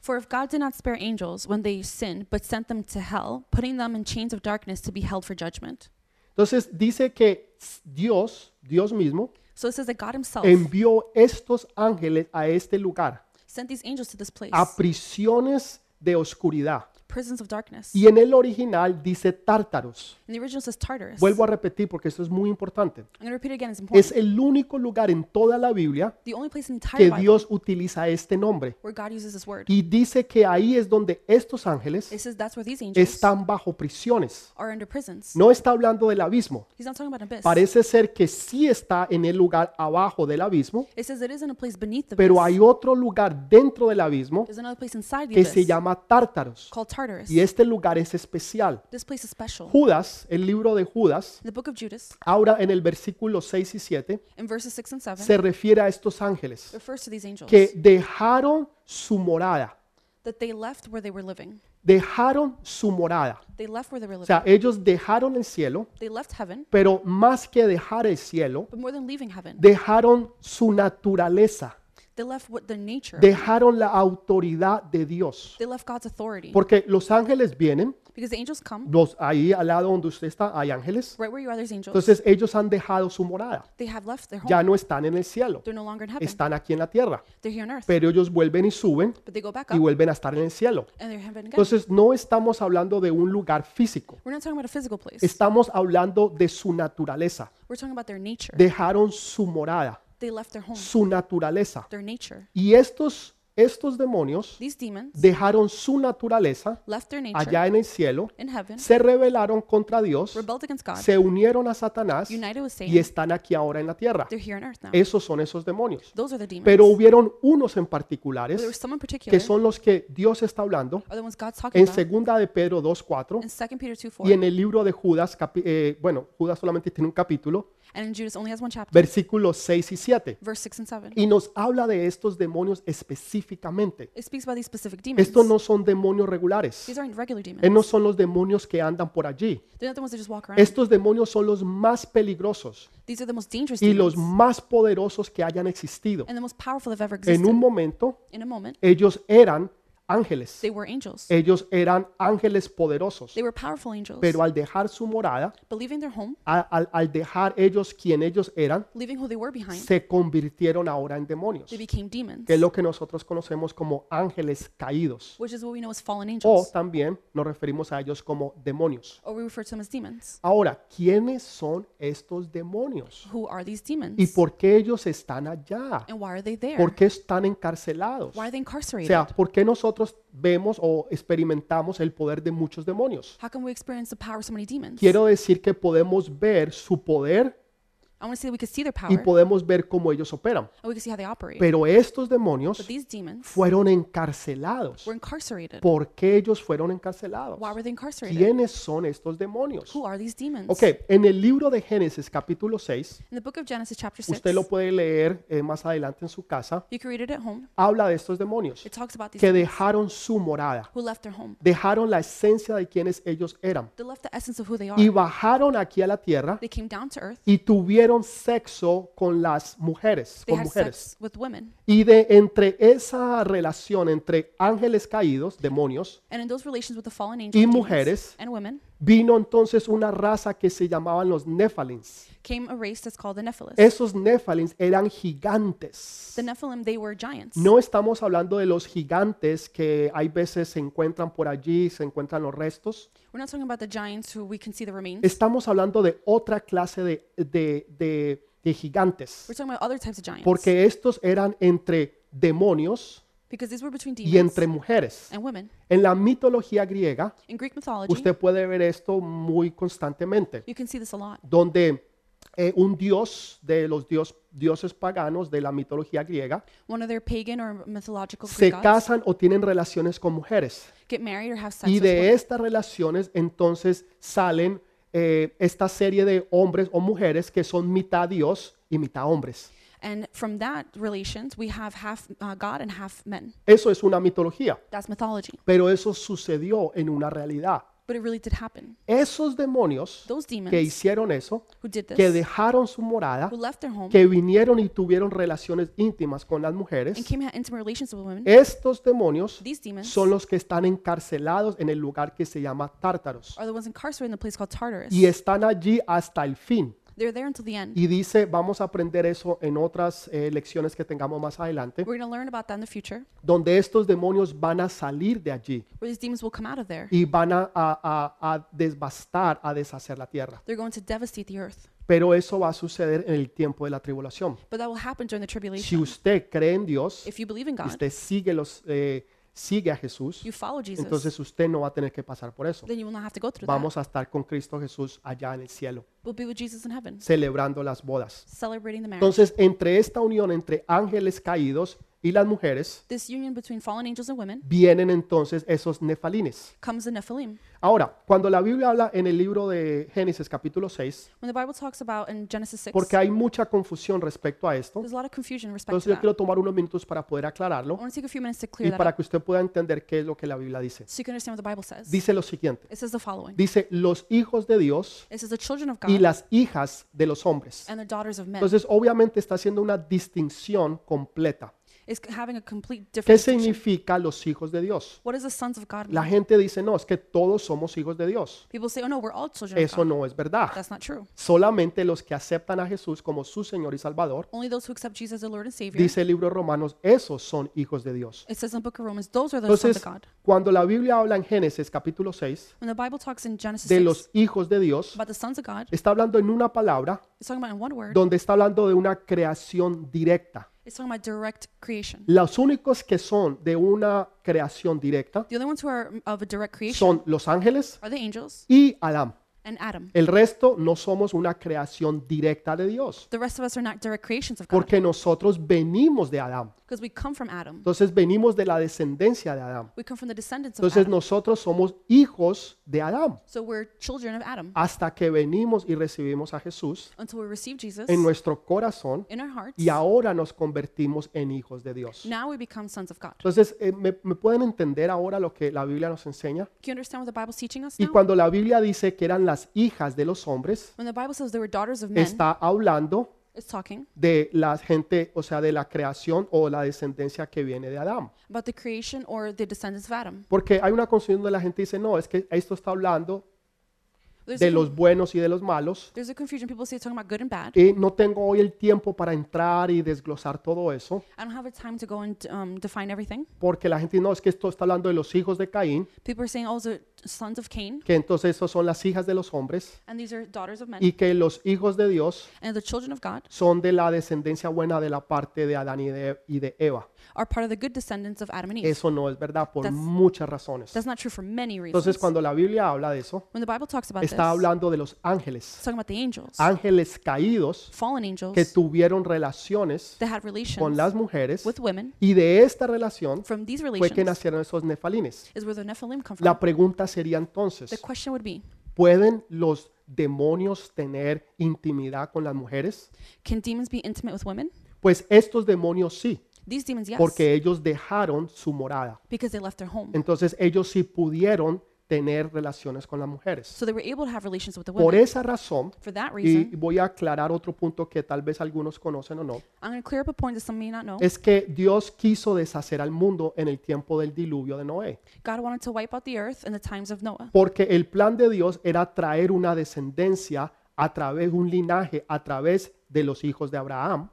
Speaker 2: For if God did not spare angels when they sinned, but sent them to hell, putting them in chains of darkness to be held for judgment.
Speaker 1: Entonces dice que Dios, Dios mismo,
Speaker 2: So it says that God Himself
Speaker 1: envió estos ángeles a este lugar,
Speaker 2: sent these angels to this place,
Speaker 1: a prisiones de oscuridad.
Speaker 2: prisons of darkness.
Speaker 1: Y en el original dice tártaros.
Speaker 2: And the original says Tartarus.
Speaker 1: Vuelvo a repetir porque esto es muy importante.
Speaker 2: I'm going to repeat it again, it's important.
Speaker 1: es el único lugar en toda la Biblia
Speaker 2: the only place in the entire
Speaker 1: que
Speaker 2: Bible
Speaker 1: Dios utiliza este nombre.
Speaker 2: where God uses this word.
Speaker 1: Y dice que ahí es donde estos
Speaker 2: It
Speaker 1: ángeles
Speaker 2: says that's where these angels
Speaker 1: están bajo prisiones.
Speaker 2: are under prisons.
Speaker 1: No está hablando del abismo.
Speaker 2: He's not talking about an abyss.
Speaker 1: Parece ser que sí está en el lugar abajo del abismo,
Speaker 2: It says it is in a place beneath the
Speaker 1: pero
Speaker 2: abyss.
Speaker 1: hay otro lugar dentro del abismo
Speaker 2: There's another place inside the
Speaker 1: que se
Speaker 2: abyss
Speaker 1: llama Tártaros.
Speaker 2: called Tartarus.
Speaker 1: Y este lugar es especial.
Speaker 2: This place is special.
Speaker 1: Judas, el libro de Judas,
Speaker 2: In the book of Judas,
Speaker 1: ahora en el versículo 6 y 7,
Speaker 2: in verses 6 and 7,
Speaker 1: se refiere a estos ángeles
Speaker 2: refers to these angels
Speaker 1: que dejaron su morada.
Speaker 2: that they left where they were living.
Speaker 1: dejaron su morada.
Speaker 2: They left where they were
Speaker 1: O
Speaker 2: living.
Speaker 1: sea, ellos dejaron el cielo,
Speaker 2: They left heaven,
Speaker 1: pero más que dejar el cielo,
Speaker 2: but more than leaving heaven,
Speaker 1: dejaron su naturaleza,
Speaker 2: they left what their nature.
Speaker 1: dejaron la autoridad de Dios.
Speaker 2: They left God's authority.
Speaker 1: Porque los ángeles vienen,
Speaker 2: Because the angels come,
Speaker 1: los, ahí al lado donde usted está hay ángeles.
Speaker 2: right where you are, there's angels.
Speaker 1: Entonces ellos han dejado su morada,
Speaker 2: They have left their
Speaker 1: ya
Speaker 2: home.
Speaker 1: no están en el cielo,
Speaker 2: They're no longer in heaven.
Speaker 1: están aquí en la tierra,
Speaker 2: They're here on earth.
Speaker 1: pero ellos vuelven y suben
Speaker 2: But they go back
Speaker 1: y
Speaker 2: up,
Speaker 1: vuelven a estar en el cielo.
Speaker 2: and they're in heaven again.
Speaker 1: Entonces no estamos hablando de un lugar físico,
Speaker 2: We're not talking about a physical place.
Speaker 1: estamos hablando de su naturaleza.
Speaker 2: We're talking about their nature.
Speaker 1: dejaron su morada,
Speaker 2: They left their home,
Speaker 1: su naturaleza.
Speaker 2: their nature.
Speaker 1: Y estos, estos demonios
Speaker 2: These demons
Speaker 1: dejaron su naturaleza
Speaker 2: left their nature
Speaker 1: allá en el cielo,
Speaker 2: in heaven,
Speaker 1: se rebelaron contra Dios,
Speaker 2: rebelled against God,
Speaker 1: se unieron a Satanás
Speaker 2: united with Satan.
Speaker 1: y están aquí ahora en la tierra.
Speaker 2: They're here on earth now.
Speaker 1: Esos son esos demonios.
Speaker 2: Those are the demons.
Speaker 1: Pero hubieron unos en
Speaker 2: But there
Speaker 1: particulares
Speaker 2: was some in particular,
Speaker 1: que son los que Dios está hablando
Speaker 2: are the ones God's talking
Speaker 1: en
Speaker 2: about,
Speaker 1: segunda de Pedro 2.4
Speaker 2: in 2 Peter 2
Speaker 1: y
Speaker 2: 4,
Speaker 1: en el libro de Judas, capi- eh, bueno, Judas solamente tiene un capítulo,
Speaker 2: and in Judas only has one chapter,
Speaker 1: versículos 6 y 7.
Speaker 2: verse 6 and 7.
Speaker 1: y nos habla de estos demonios específicamente.
Speaker 2: It speaks about these specific demons.
Speaker 1: Estos no son demonios regulares.
Speaker 2: These aren't regular
Speaker 1: Eh, No
Speaker 2: demons.
Speaker 1: son los demonios que andan por allí.
Speaker 2: They're not the ones that just walk around.
Speaker 1: Estos demonios son los más peligrosos
Speaker 2: These are the most dangerous
Speaker 1: y los
Speaker 2: demons
Speaker 1: más poderosos que hayan existido.
Speaker 2: and the most powerful that have ever
Speaker 1: En un
Speaker 2: existed.
Speaker 1: momento,
Speaker 2: In a moment,
Speaker 1: ellos eran ángeles.
Speaker 2: They were angels.
Speaker 1: Ellos eran ángeles poderosos,
Speaker 2: They were powerful angels.
Speaker 1: pero al dejar su morada,
Speaker 2: But leaving their home,
Speaker 1: a- al, al dejar ellos quien ellos eran,
Speaker 2: leaving who they were behind,
Speaker 1: se convirtieron ahora en demonios,
Speaker 2: they
Speaker 1: que
Speaker 2: became demons,
Speaker 1: es lo que nosotros conocemos como ángeles caídos,
Speaker 2: which is what we know as fallen
Speaker 1: o
Speaker 2: angels,
Speaker 1: también nos referimos a ellos como demonios.
Speaker 2: or we refer to them as demons.
Speaker 1: Ahora, ¿quiénes son estos demonios?
Speaker 2: Who are these
Speaker 1: ¿Y
Speaker 2: demons?
Speaker 1: por qué ellos están allá?
Speaker 2: And why are they there?
Speaker 1: ¿Por qué están encarcelados?
Speaker 2: Why are
Speaker 1: O
Speaker 2: they incarcerated?
Speaker 1: sea, ¿por qué nosotros vemos o experimentamos el poder de muchos demonios?
Speaker 2: How come we experience the power of so many demons?
Speaker 1: Quiero decir que podemos ver su poder
Speaker 2: I want to say that we could see their power
Speaker 1: y
Speaker 2: and
Speaker 1: podemos ver cómo ellos operan.
Speaker 2: we could see how they operate.
Speaker 1: Pero estos demonios
Speaker 2: But these demons
Speaker 1: fueron encarcelados.
Speaker 2: were incarcerated.
Speaker 1: ¿Por qué ellos fueron encarcelados?
Speaker 2: Why were they incarcerated?
Speaker 1: ¿Quiénes son estos demonios?
Speaker 2: Who are these demons?
Speaker 1: Ok, en el libro de Génesis capítulo 6,
Speaker 2: In the book of Genesis, chapter 6,
Speaker 1: usted lo puede leer eh, más adelante en su casa,
Speaker 2: you can read it at home.
Speaker 1: habla de estos demonios
Speaker 2: It talks about these
Speaker 1: que
Speaker 2: demons
Speaker 1: dejaron su morada,
Speaker 2: who left their home.
Speaker 1: dejaron la esencia de quienes ellos eran
Speaker 2: They left the essence of who they are.
Speaker 1: y bajaron aquí a la tierra
Speaker 2: They came down to earth.
Speaker 1: y tuvieron sexo con las mujeres,
Speaker 2: They
Speaker 1: con
Speaker 2: had
Speaker 1: mujeres.
Speaker 2: sex with women.
Speaker 1: Y de entre esa relación entre ángeles caídos, demonios,
Speaker 2: And in those relations with the fallen angels
Speaker 1: y
Speaker 2: demons,
Speaker 1: mujeres
Speaker 2: and women
Speaker 1: vino entonces una raza que se llamaban los nefalins.
Speaker 2: came a race that's called the Nephilim.
Speaker 1: Esos nefalins eran gigantes.
Speaker 2: the Nephilim, they were giants.
Speaker 1: No estamos hablando de los gigantes que hay veces se encuentran por allí, se encuentran los restos.
Speaker 2: We're not talking about the giants who we can see the remains.
Speaker 1: Estamos hablando de otra clase de, de- de- de gigantes.
Speaker 2: We're talking about other types of giants.
Speaker 1: Porque estos eran entre demonios
Speaker 2: because these were between demons
Speaker 1: y entre mujeres.
Speaker 2: and women.
Speaker 1: En la mitología griega,
Speaker 2: In Greek mythology,
Speaker 1: usted puede ver esto muy constantemente,
Speaker 2: you can see this a lot.
Speaker 1: donde eh, un dios de los dios- dioses paganos de la mitología griega
Speaker 2: One of their pagan or mythological
Speaker 1: se
Speaker 2: Greek gods
Speaker 1: casan o tienen relaciones con mujeres.
Speaker 2: get married or have sex
Speaker 1: Y
Speaker 2: with
Speaker 1: de
Speaker 2: women.
Speaker 1: estas relaciones entonces salen eh, esta serie de hombres o mujeres que son mitad dios y mitad hombres.
Speaker 2: And from that relations, we have half uh, God and half men.
Speaker 1: Eso es una mitología,
Speaker 2: That's mythology.
Speaker 1: pero eso sucedió en una realidad.
Speaker 2: But it really did happen.
Speaker 1: Esos demonios
Speaker 2: Those
Speaker 1: que
Speaker 2: demons
Speaker 1: hicieron eso,
Speaker 2: who did
Speaker 1: que
Speaker 2: this,
Speaker 1: dejaron su morada,
Speaker 2: who left their home
Speaker 1: que vinieron y tuvieron relaciones íntimas con las mujeres,
Speaker 2: and came and had intimate relations with
Speaker 1: Eh,
Speaker 2: women,
Speaker 1: estos demonios
Speaker 2: these demons
Speaker 1: son los que están encarcelados en el lugar que se llama Tártaros
Speaker 2: are the ones incarcerated in the place called Tartarus.
Speaker 1: y están allí hasta el fin.
Speaker 2: They're there until the end.
Speaker 1: Y dice, vamos a aprender eso en otras eh, lecciones que tengamos más adelante,
Speaker 2: We're going to learn about that in the future,
Speaker 1: donde estos demonios van a salir de allí
Speaker 2: where these demons will come out of there.
Speaker 1: y van a, a- a- a desbastar, a deshacer la tierra.
Speaker 2: They're going to devastate the earth.
Speaker 1: Pero eso va a suceder en el tiempo de la tribulación.
Speaker 2: But that will happen during the
Speaker 1: Si
Speaker 2: tribulation.
Speaker 1: usted cree en Dios,
Speaker 2: If you believe in God,
Speaker 1: usted sigue, los, eh, sigue a Jesús,
Speaker 2: you follow Jesus,
Speaker 1: entonces usted no va a tener que pasar por eso.
Speaker 2: then you will not have to go through that.
Speaker 1: Vamos a estar con Cristo Jesús allá en el cielo,
Speaker 2: We'll be with Jesus in heaven,
Speaker 1: celebrando las bodas.
Speaker 2: celebrating the marriage.
Speaker 1: Entonces, entre esta unión entre ángeles caídos y las mujeres,
Speaker 2: This union between fallen angels and women
Speaker 1: vienen entonces esos nefalines.
Speaker 2: comes the Nephilim.
Speaker 1: Ahora, cuando la Biblia habla en el libro de Génesis capítulo 6,
Speaker 2: When the Bible talks about in Genesis 6,
Speaker 1: porque hay mucha confusión respecto a esto,
Speaker 2: there's a lot of confusion in respect to
Speaker 1: entonces yo
Speaker 2: that.
Speaker 1: quiero tomar unos minutos para poder
Speaker 2: I
Speaker 1: aclararlo
Speaker 2: want to take a few minutes to clear
Speaker 1: y
Speaker 2: that up
Speaker 1: para que usted pueda entender qué es lo que la Biblia dice.
Speaker 2: so you can understand what the Bible says.
Speaker 1: Dice lo siguiente,
Speaker 2: It says the following.
Speaker 1: dice los hijos de Dios
Speaker 2: It says the children of
Speaker 1: y
Speaker 2: God
Speaker 1: las hijas de los hombres.
Speaker 2: and the daughters of men.
Speaker 1: Entonces, obviamente está haciendo una distinción completa.
Speaker 2: It's having a complete
Speaker 1: ¿Qué
Speaker 2: different distinction.
Speaker 1: significa los hijos de Dios?
Speaker 2: What is the sons of God?
Speaker 1: La
Speaker 2: mean?
Speaker 1: gente dice, no, es que todos somos hijos de Dios.
Speaker 2: People say, oh no, we're all children of
Speaker 1: Eso
Speaker 2: God.
Speaker 1: no es verdad.
Speaker 2: That's not true.
Speaker 1: Solamente los que aceptan a Jesús como su Señor y Salvador,
Speaker 2: Only those who accept Jesus as their Lord and Savior.
Speaker 1: dice el libro de Romanos, esos son hijos de Dios.
Speaker 2: It says in the book of Romans, those are the sons
Speaker 1: Entonces,
Speaker 2: of God.
Speaker 1: cuando la Biblia habla en Génesis capítulo 6
Speaker 2: When the Bible talks in Genesis
Speaker 1: de
Speaker 2: 6
Speaker 1: los hijos de Dios,
Speaker 2: about the sons of God,
Speaker 1: está hablando en una palabra
Speaker 2: it's talking about in one word,
Speaker 1: donde está hablando de una creación directa.
Speaker 2: it's talking about direct creation.
Speaker 1: Los únicos que son de una creación directa
Speaker 2: The only ones who are of a direct creation
Speaker 1: son los ángeles
Speaker 2: are the angels
Speaker 1: y Adán.
Speaker 2: and Adam.
Speaker 1: El resto no somos una creación directa de Dios,
Speaker 2: The rest of us are not direct creations of God
Speaker 1: porque nosotros venimos de Adán.
Speaker 2: because we come from Adam.
Speaker 1: Entonces venimos de la descendencia de Adán.
Speaker 2: We come from the descendants of
Speaker 1: Entonces
Speaker 2: Adam.
Speaker 1: nosotros somos hijos de Adán
Speaker 2: So we're children of Adam
Speaker 1: hasta que venimos y recibimos a Jesús
Speaker 2: until we receive Jesus
Speaker 1: en nuestro corazón
Speaker 2: in our hearts.
Speaker 1: y ahora nos convertimos en hijos de Dios.
Speaker 2: Now we become sons of God. Can
Speaker 1: Entonces, eh, ¿me, me pueden entender ahora lo que la Biblia nos enseña?
Speaker 2: you understand what the Bible's teaching us
Speaker 1: Y
Speaker 2: now?
Speaker 1: cuando la Biblia dice que eran las hijas de los hombres,
Speaker 2: When the Bible says they were daughters of men,
Speaker 1: está hablando
Speaker 2: it's It's talking
Speaker 1: de la gente, o sea, de la creación o la descendencia que viene de Adán.
Speaker 2: about the creation or the descendants of Adam.
Speaker 1: Porque hay una confusión donde la gente dice, no, es que esto está hablando
Speaker 2: There's,
Speaker 1: de
Speaker 2: a,
Speaker 1: los buenos y de los malos.
Speaker 2: there's a confusion. People say it's talking about good and bad.
Speaker 1: Y no tengo hoy el tiempo para entrar y desglosar todo eso,
Speaker 2: I don't have the time to go and um, define everything.
Speaker 1: porque la gente dice, no, es que esto está hablando de los hijos de Caín,
Speaker 2: People are saying, oh, the sons of Cain,
Speaker 1: que entonces esos son las hijas de los hombres,
Speaker 2: and these are daughters of men,
Speaker 1: y que los hijos de Dios
Speaker 2: and the children of God
Speaker 1: son de la descendencia buena de la parte de Adán y de, y de Eva.
Speaker 2: are part of the good descendants of Adam and Eve.
Speaker 1: Eso no es verdad por
Speaker 2: That's-
Speaker 1: muchas razones.
Speaker 2: That's not true for many reasons.
Speaker 1: Entonces cuando la Biblia habla de eso,
Speaker 2: when the Bible talks about this,
Speaker 1: está hablando de los
Speaker 2: it's
Speaker 1: ángeles,
Speaker 2: talking about the angels,
Speaker 1: ángeles caídos
Speaker 2: fallen angels
Speaker 1: que tuvieron relaciones
Speaker 2: that had relations
Speaker 1: con las mujeres
Speaker 2: with women.
Speaker 1: y de esta relación
Speaker 2: From these
Speaker 1: fue
Speaker 2: relations
Speaker 1: que nacieron esos nefalines.
Speaker 2: is where the Nephilim come from.
Speaker 1: La pregunta sería
Speaker 2: the
Speaker 1: entonces,
Speaker 2: question would be,
Speaker 1: ¿pueden los demonios tener intimidad con las mujeres?
Speaker 2: can demons be intimate with women?
Speaker 1: Pues estos demonios sí,
Speaker 2: These demons, yes,
Speaker 1: porque ellos dejaron su morada.
Speaker 2: because they left their home.
Speaker 1: Entonces ellos sí pudieron tener relaciones con las mujeres.
Speaker 2: so they were able to have relations with the
Speaker 1: Por
Speaker 2: women.
Speaker 1: esa razón,
Speaker 2: For that reason,
Speaker 1: y voy a aclarar otro punto que tal vez algunos conocen o no,
Speaker 2: I'm going to clear up a point that some may not know.
Speaker 1: es que Dios quiso deshacer al mundo en el tiempo del diluvio de Noé,
Speaker 2: God wanted to wipe out the earth in the times of Noah.
Speaker 1: porque el plan de Dios era traer una descendencia a través de un linaje, a través de los hijos de Abraham,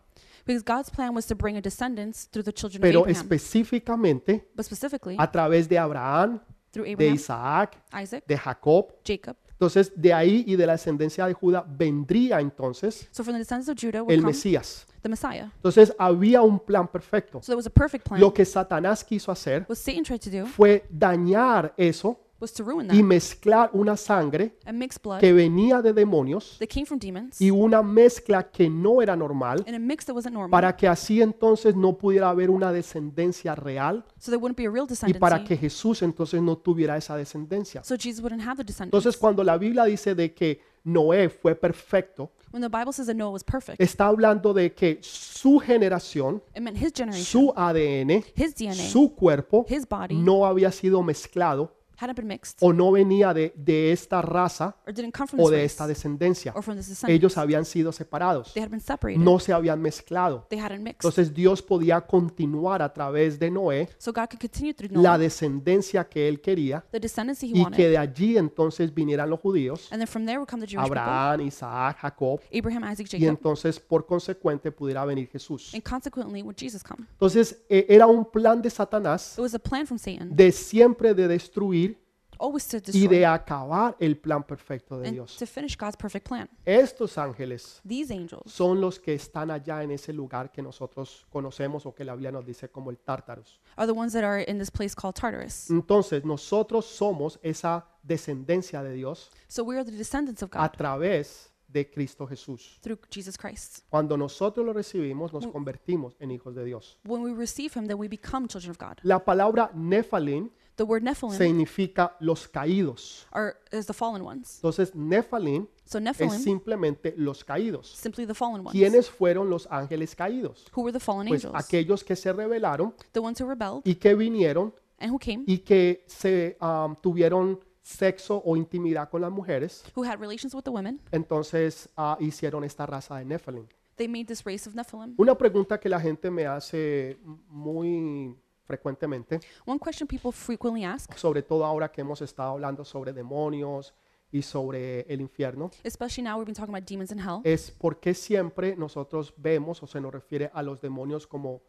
Speaker 2: Because God's plan was to bring a descendants through the children of
Speaker 1: pero
Speaker 2: Abraham.
Speaker 1: específicamente
Speaker 2: But specifically,
Speaker 1: a través de Abraham,
Speaker 2: through
Speaker 1: de
Speaker 2: Abraham,
Speaker 1: Isaac,
Speaker 2: Isaac,
Speaker 1: de Jacob.
Speaker 2: Jacob.
Speaker 1: Entonces, de ahí y de la descendencia de Judá vendría entonces
Speaker 2: So from the descendants of Judah would
Speaker 1: el
Speaker 2: come
Speaker 1: Mesías.
Speaker 2: the Messiah.
Speaker 1: Entonces, había un plan perfecto.
Speaker 2: So there was a perfect plan.
Speaker 1: Lo que Satanás quiso hacer
Speaker 2: What Satan tried to do
Speaker 1: fue dañar eso
Speaker 2: was to ruin
Speaker 1: y
Speaker 2: that
Speaker 1: mezclar una sangre
Speaker 2: and mix blood
Speaker 1: que venía de demonios
Speaker 2: that came from demons
Speaker 1: y una mezcla que no era normal
Speaker 2: in a mix that wasn't normal.
Speaker 1: para que así entonces no pudiera haber una descendencia real
Speaker 2: So there wouldn't be a real
Speaker 1: y para
Speaker 2: descendancy.
Speaker 1: que Jesús entonces no tuviera esa descendencia.
Speaker 2: So Jesus wouldn't have the descendants.
Speaker 1: Entonces cuando la Biblia dice de que Noé fue perfecto,
Speaker 2: When the Bible says that Noah was perfect,
Speaker 1: está hablando de que su generación,
Speaker 2: it meant his generation,
Speaker 1: su ADN,
Speaker 2: his DNA,
Speaker 1: su cuerpo
Speaker 2: his body
Speaker 1: no había sido mezclado
Speaker 2: hadn't been mixed
Speaker 1: o no venía de, de esta raza
Speaker 2: or didn't come from
Speaker 1: o
Speaker 2: this
Speaker 1: de
Speaker 2: race
Speaker 1: esta descendencia.
Speaker 2: Pues, or from this descendant.
Speaker 1: Ellos habían sido separados,
Speaker 2: They had been separated.
Speaker 1: no se habían mezclado.
Speaker 2: They hadn't mixed.
Speaker 1: Entonces Dios podía continuar a través de Noé
Speaker 2: So God could continue through
Speaker 1: la
Speaker 2: Noah,
Speaker 1: descendencia que él quería
Speaker 2: the descendancy he
Speaker 1: y que
Speaker 2: wanted.
Speaker 1: de allí entonces vinieran los judíos,
Speaker 2: And then from there would come the Jewish people,
Speaker 1: Abraham, Isaac, Jacob,
Speaker 2: Abraham, Isaac,
Speaker 1: y
Speaker 2: Jacob.
Speaker 1: entonces por consecuente pudiera venir Jesús.
Speaker 2: And consequently, would Jesus come?
Speaker 1: Entonces eh, era un plan de Satanás
Speaker 2: It was a plan from Satan,
Speaker 1: de siempre de destruir
Speaker 2: always to
Speaker 1: y de
Speaker 2: destroy
Speaker 1: acabar el plan perfecto de
Speaker 2: and
Speaker 1: Dios.
Speaker 2: to finish God's perfect plan.
Speaker 1: Estos ángeles
Speaker 2: These angels
Speaker 1: son los que están allá en ese lugar que nosotros conocemos o que la Biblia nos dice como el Tártaros.
Speaker 2: are the ones that are in this place called Tartarus.
Speaker 1: Entonces nosotros somos esa descendencia de Dios
Speaker 2: So we are the descendants of
Speaker 1: a
Speaker 2: God
Speaker 1: través de Cristo Jesús.
Speaker 2: through Jesus Christ.
Speaker 1: Cuando nosotros lo recibimos, nos convertimos en hijos de Dios.
Speaker 2: When we receive him, then we become children of God.
Speaker 1: La palabra Nephilim
Speaker 2: The word Nephilim
Speaker 1: significa los caídos.
Speaker 2: are is the fallen ones.
Speaker 1: Entonces Nephilim
Speaker 2: So
Speaker 1: es
Speaker 2: Nephilim,
Speaker 1: simplemente los caídos.
Speaker 2: simply the fallen ones.
Speaker 1: ¿Quiénes fueron los ángeles caídos?
Speaker 2: Who were the fallen
Speaker 1: Pues
Speaker 2: angels?
Speaker 1: aquellos que se rebelaron
Speaker 2: The ones who rebelled
Speaker 1: y que vinieron
Speaker 2: and who came,
Speaker 1: y que se am, tuvieron sexo o intimidad con las mujeres,
Speaker 2: who had relations with the women.
Speaker 1: entonces ah, hicieron esta raza de Nephilim.
Speaker 2: They made this race of Nephilim.
Speaker 1: Una pregunta que la gente me hace muy frecuentemente,
Speaker 2: One question people frequently ask,
Speaker 1: sobre todo ahora que hemos estado hablando sobre demonios y sobre el infierno,
Speaker 2: especially now we've been talking about demons in hell,
Speaker 1: es por qué siempre nosotros vemos o se nos refiere a los demonios como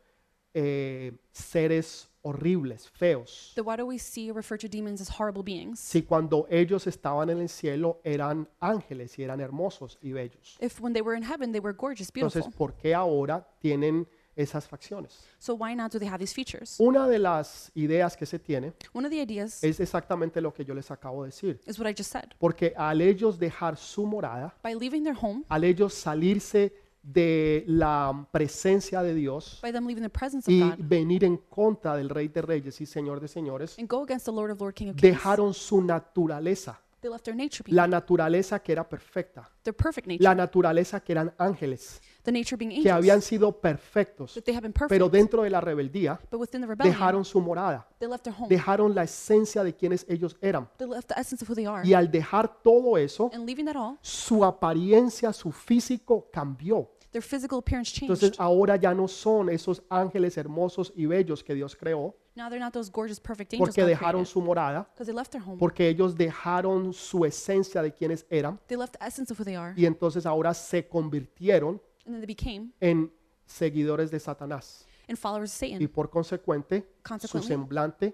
Speaker 1: eh, seres horribles, feos.
Speaker 2: then why do we see or refer to demons as horrible beings?
Speaker 1: Si cuando ellos estaban en el cielo eran ángeles y eran hermosos y bellos.
Speaker 2: If when they were in heaven, they were gorgeous,
Speaker 1: Entonces,
Speaker 2: beautiful.
Speaker 1: ¿por qué ahora tienen esas facciones?
Speaker 2: So why now do they have these features?
Speaker 1: Una de las ideas que se tiene
Speaker 2: One of the ideas
Speaker 1: es exactamente lo que yo les acabo de decir.
Speaker 2: is what I just said.
Speaker 1: Porque al ellos dejar su morada,
Speaker 2: By leaving their home,
Speaker 1: al ellos salirse de la presencia de Dios
Speaker 2: by them leaving the presence of
Speaker 1: y
Speaker 2: God
Speaker 1: venir en contra del Rey de Reyes y Señor de Señores,
Speaker 2: and go against the Lord of Lord, King of Kings,
Speaker 1: dejaron su naturaleza,
Speaker 2: they left their nature being,
Speaker 1: la naturaleza que era perfecta,
Speaker 2: their perfect nature,
Speaker 1: la naturaleza que eran ángeles,
Speaker 2: the nature being
Speaker 1: que habían
Speaker 2: angels,
Speaker 1: sido perfectos,
Speaker 2: that they have been perfect.
Speaker 1: pero dentro de la rebeldía
Speaker 2: But within the rebellion,
Speaker 1: dejaron su morada,
Speaker 2: they left their home.
Speaker 1: dejaron la esencia de quienes ellos eran.
Speaker 2: They left the essence of who they are.
Speaker 1: Y al dejar todo eso,
Speaker 2: And leaving that all,
Speaker 1: su apariencia, su físico cambió.
Speaker 2: their Their physical appearance
Speaker 1: Entonces
Speaker 2: changed.
Speaker 1: ahora ya no son esos ángeles hermosos y bellos que Dios creó
Speaker 2: Now they're not those gorgeous, perfect angels
Speaker 1: porque
Speaker 2: God
Speaker 1: dejaron
Speaker 2: created.
Speaker 1: su morada,
Speaker 2: Because they left their home.
Speaker 1: porque ellos dejaron su esencia de quienes eran
Speaker 2: They left the essence of who they are.
Speaker 1: y entonces ahora se convirtieron
Speaker 2: And then they became
Speaker 1: en seguidores de Satanás
Speaker 2: and followers of
Speaker 1: y
Speaker 2: Satan.
Speaker 1: por consecuente su
Speaker 2: Consequently,
Speaker 1: semblante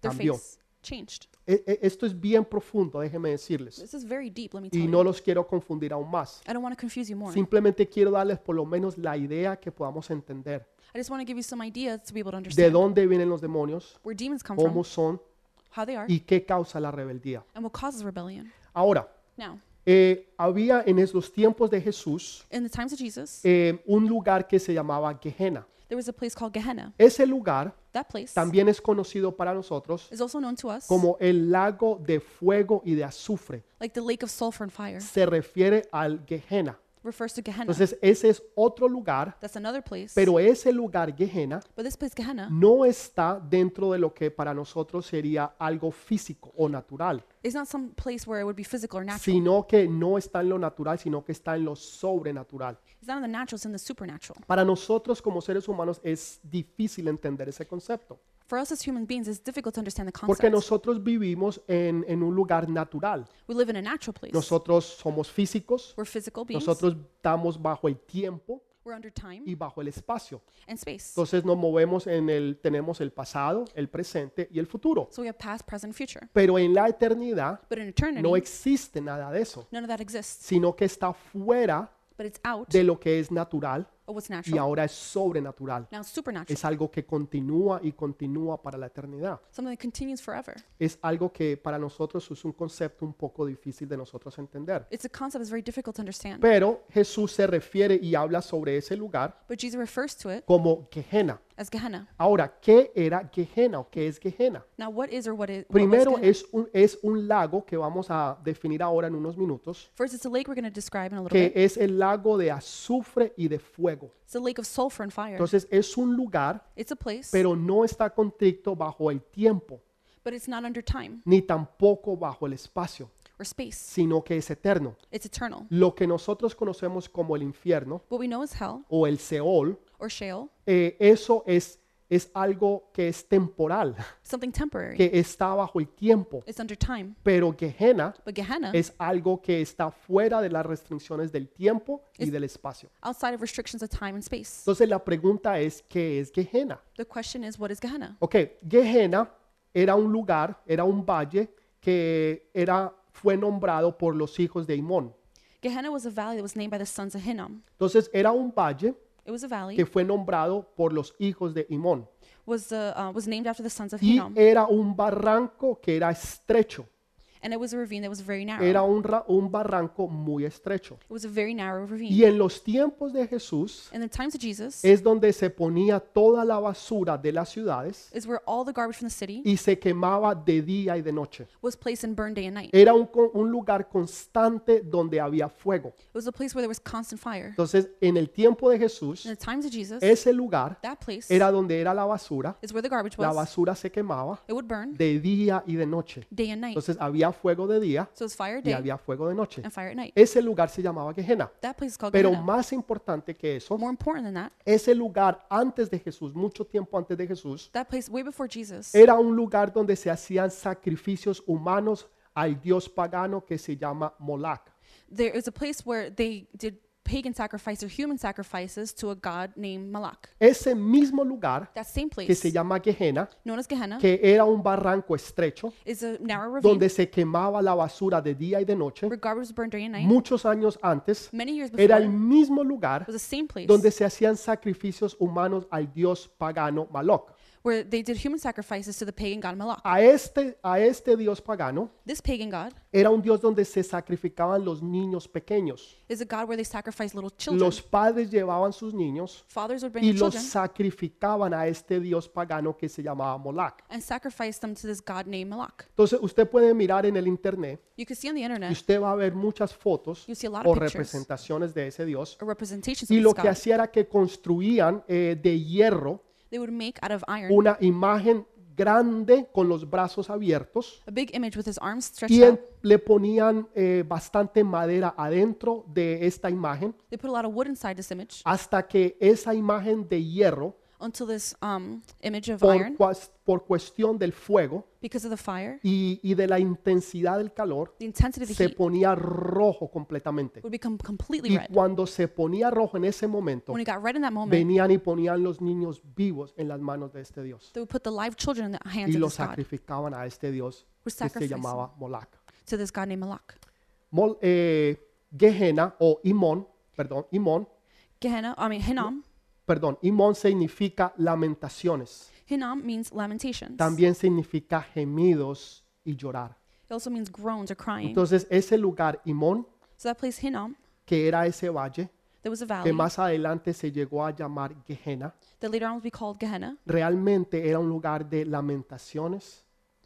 Speaker 2: Their
Speaker 1: cambió.
Speaker 2: face changed.
Speaker 1: E- e- Esto es bien profundo, déjenme decirles,
Speaker 2: This is very deep, let me tell
Speaker 1: y no
Speaker 2: you.
Speaker 1: los quiero confundir aún más.
Speaker 2: I don't want to confuse you more.
Speaker 1: Simplemente quiero darles por lo menos la idea que podamos entender
Speaker 2: I just want to give you some ideas to be able to
Speaker 1: de
Speaker 2: understand
Speaker 1: dónde vienen los demonios,
Speaker 2: where demons come
Speaker 1: cómo
Speaker 2: from,
Speaker 1: son
Speaker 2: how they are,
Speaker 1: y qué causa la rebeldía.
Speaker 2: and what causes rebellion.
Speaker 1: Ahora,
Speaker 2: Now,
Speaker 1: eh, había en esos tiempos de Jesús
Speaker 2: in the times of Jesus,
Speaker 1: eh, un lugar que se llamaba Gehenna.
Speaker 2: there was a place called Gehenna.
Speaker 1: Ese lugar
Speaker 2: That place
Speaker 1: también es conocido para nosotros
Speaker 2: is also known to us
Speaker 1: como el lago de fuego y de azufre.
Speaker 2: like the lake of sulfur and fire.
Speaker 1: Se refiere al Gehenna.
Speaker 2: refers to Gehenna.
Speaker 1: Entonces ese es otro lugar,
Speaker 2: That's another place.
Speaker 1: pero Mm. ese lugar Gehenna
Speaker 2: but this place, Gehenna,
Speaker 1: no está dentro de lo que para nosotros sería algo físico o natural,
Speaker 2: is not some place where it would be physical or natural.
Speaker 1: sino que no está en lo natural, sino que está en lo sobrenatural.
Speaker 2: It's not in the natural, it's in the supernatural.
Speaker 1: Para nosotros como seres humanos es difícil entender ese concepto,
Speaker 2: For us as human beings, it's difficult to understand
Speaker 1: porque
Speaker 2: the concept.
Speaker 1: nosotros vivimos en, en un lugar natural.
Speaker 2: we live in a natural place.
Speaker 1: Nosotros somos físicos,
Speaker 2: We're physical beings.
Speaker 1: nosotros estamos bajo el tiempo
Speaker 2: We're under time
Speaker 1: y bajo el espacio.
Speaker 2: and space.
Speaker 1: Entonces nos movemos en el, tenemos el pasado, el presente y el futuro.
Speaker 2: so we have past, present, future.
Speaker 1: Pero en la eternidad
Speaker 2: But in eternity,
Speaker 1: no existe nada de eso,
Speaker 2: none of that exists.
Speaker 1: sino que está fuera
Speaker 2: But it's out
Speaker 1: de lo que es natural
Speaker 2: of what's
Speaker 1: y
Speaker 2: natural.
Speaker 1: ahora es sobrenatural.
Speaker 2: now it's supernatural.
Speaker 1: Es algo que continúa y continúa para la eternidad.
Speaker 2: something that continues forever.
Speaker 1: Es algo que para nosotros es un concepto un poco difícil de nosotros entender.
Speaker 2: It's a concept that's very difficult to understand.
Speaker 1: Pero Jesús se refiere y habla sobre ese lugar
Speaker 2: but Jesus refers to it
Speaker 1: como Gehenna.
Speaker 2: as Gehenna.
Speaker 1: Ahora, ¿qué era Gehenna o qué es Gehenna?
Speaker 2: Now, what is or what is? what was
Speaker 1: Primero
Speaker 2: Gehenna?
Speaker 1: es un, es un lago que vamos a definir ahora en unos minutos,
Speaker 2: First, it's a lake we're going to describe in a little
Speaker 1: que
Speaker 2: bit.
Speaker 1: es el lago de azufre y de fuego.
Speaker 2: It's a lake of sulfur and fire.
Speaker 1: Entonces es un lugar,
Speaker 2: It's a place,
Speaker 1: pero no está constricto bajo el tiempo,
Speaker 2: but it's not under time
Speaker 1: ni tampoco bajo el espacio,
Speaker 2: or space.
Speaker 1: sino que es eterno.
Speaker 2: It's eternal.
Speaker 1: Lo que nosotros conocemos como el infierno
Speaker 2: What we know as hell
Speaker 1: o el Seol,
Speaker 2: or Sheol,
Speaker 1: eh, eso es, es algo que es temporal,
Speaker 2: something temporary.
Speaker 1: que está bajo el tiempo.
Speaker 2: It's under time.
Speaker 1: Pero Gehenna
Speaker 2: But Gehenna,
Speaker 1: es algo que está fuera de las restricciones del tiempo y del espacio.
Speaker 2: outside of restrictions of time and space.
Speaker 1: Entonces la pregunta es, ¿qué es Gehenna?
Speaker 2: The question is, what is Gehenna?
Speaker 1: Ok, Gehenna era un lugar, era un valle que era, fue nombrado por los hijos de Imón.
Speaker 2: Gehenna was a valley that was named by the sons of Hinnom.
Speaker 1: Entonces era un valle
Speaker 2: It was a
Speaker 1: que
Speaker 2: valley
Speaker 1: fue nombrado por los hijos de Imón.
Speaker 2: was uh, uh, was named after the sons of
Speaker 1: Y
Speaker 2: Hinnom,
Speaker 1: era un barranco que era estrecho.
Speaker 2: and it was a ravine that was very narrow.
Speaker 1: Era un, ra- un barranco muy estrecho.
Speaker 2: It was a very narrow ravine.
Speaker 1: Y en los tiempos de Jesús
Speaker 2: In the times of Jesus,
Speaker 1: es donde se ponía toda la basura de las ciudades
Speaker 2: is where all the garbage from the city
Speaker 1: y se quemaba de día y de noche.
Speaker 2: was placed and burned day and night. It
Speaker 1: Era un, co- un lugar constante donde había fuego.
Speaker 2: was a place where there was constant fire.
Speaker 1: Entonces, en el tiempo de Jesús,
Speaker 2: In the times of Jesus,
Speaker 1: ese lugar
Speaker 2: that place
Speaker 1: era donde era la basura.
Speaker 2: is where the garbage
Speaker 1: La
Speaker 2: was.
Speaker 1: basura se quemaba
Speaker 2: It would burn
Speaker 1: de día y de noche.
Speaker 2: day and night.
Speaker 1: Entonces, había fuego de día
Speaker 2: So it's fire
Speaker 1: y
Speaker 2: day
Speaker 1: había fuego de noche.
Speaker 2: and fire at night.
Speaker 1: Ese lugar se llamaba Gehenna.
Speaker 2: That place is called
Speaker 1: Pero
Speaker 2: Gehenna.
Speaker 1: más importante que eso,
Speaker 2: More important than that,
Speaker 1: ese lugar antes de Jesús, mucho tiempo antes de Jesús,
Speaker 2: that place way before Jesus
Speaker 1: era un lugar donde se hacían sacrificios humanos al dios pagano que se llama Moloch.
Speaker 2: there is a place where they did pagan sacrifice or human sacrifices to a god named Malak.
Speaker 1: Ese mismo lugar
Speaker 2: That same
Speaker 1: que
Speaker 2: place,
Speaker 1: se llama Gehenna,
Speaker 2: known as Gehenna,
Speaker 1: que era un barranco estrecho
Speaker 2: is a narrow ravine
Speaker 1: donde se quemaba la basura de día y de noche,
Speaker 2: where garbage was burned day and night.
Speaker 1: muchos años antes,
Speaker 2: Many years before,
Speaker 1: era el
Speaker 2: it
Speaker 1: mismo lugar
Speaker 2: was the same place
Speaker 1: donde se hacían sacrificios humanos al dios pagano Moloch.
Speaker 2: where they did human sacrifices to the pagan god Malak.
Speaker 1: A este, a este dios pagano
Speaker 2: This pagan god
Speaker 1: era un dios donde se sacrificaban los niños pequeños.
Speaker 2: is a god where they sacrifice little children.
Speaker 1: Los padres llevaban sus niños
Speaker 2: Fathers would bring
Speaker 1: y
Speaker 2: their
Speaker 1: los
Speaker 2: children
Speaker 1: sacrificaban a este dios pagano que se llamaba Moloch.
Speaker 2: and sacrifice them to this god named Malak.
Speaker 1: Entonces usted puede mirar en el internet
Speaker 2: You can see on the
Speaker 1: y
Speaker 2: internet
Speaker 1: usted va a ver muchas fotos
Speaker 2: You see a lot of
Speaker 1: o
Speaker 2: pictures.
Speaker 1: representaciones de ese dios.
Speaker 2: a representation of
Speaker 1: Y lo
Speaker 2: this
Speaker 1: que
Speaker 2: god.
Speaker 1: hacía era que construían eh, de hierro
Speaker 2: They would make out of iron
Speaker 1: una imagen grande con los brazos abiertos
Speaker 2: a big image with his arms stretched
Speaker 1: y en-
Speaker 2: out.
Speaker 1: le ponían eh, bastante madera adentro de esta imagen
Speaker 2: They put a lot of wood inside this image
Speaker 1: hasta que esa imagen de hierro
Speaker 2: until this um, image of
Speaker 1: por,
Speaker 2: iron,
Speaker 1: cuas- por cuestión del fuego
Speaker 2: because of the fire,
Speaker 1: y, y de la intensidad del calor
Speaker 2: the intensity of the
Speaker 1: se
Speaker 2: heat
Speaker 1: ponía rojo completamente
Speaker 2: would become completely
Speaker 1: y
Speaker 2: red.
Speaker 1: cuando se ponía rojo en ese momento
Speaker 2: When it got red in that moment,
Speaker 1: venían y ponían los niños vivos en las manos de este Dios
Speaker 2: they would put the live children in the hands
Speaker 1: y
Speaker 2: of
Speaker 1: los
Speaker 2: this god,
Speaker 1: sacrificaban a este Dios
Speaker 2: Were
Speaker 1: que se
Speaker 2: sacrificing.
Speaker 1: llamaba Moloch.
Speaker 2: to this god named Malak.
Speaker 1: Mol- eh, Gehenna o Imón, perdón, Imón,
Speaker 2: Gehenna, I mean Hinnom.
Speaker 1: perdón, Imón significa lamentaciones,
Speaker 2: Hinnom means lamentations. It
Speaker 1: también significa gemidos y llorar.
Speaker 2: also means groans or crying.
Speaker 1: Entonces ese lugar Imón,
Speaker 2: So that place Hinnom,
Speaker 1: que era ese valle,
Speaker 2: there was a
Speaker 1: que
Speaker 2: valley
Speaker 1: más adelante se llegó a llamar Gehenna,
Speaker 2: that later on would be called Gehenna,
Speaker 1: realmente era un lugar de lamentaciones,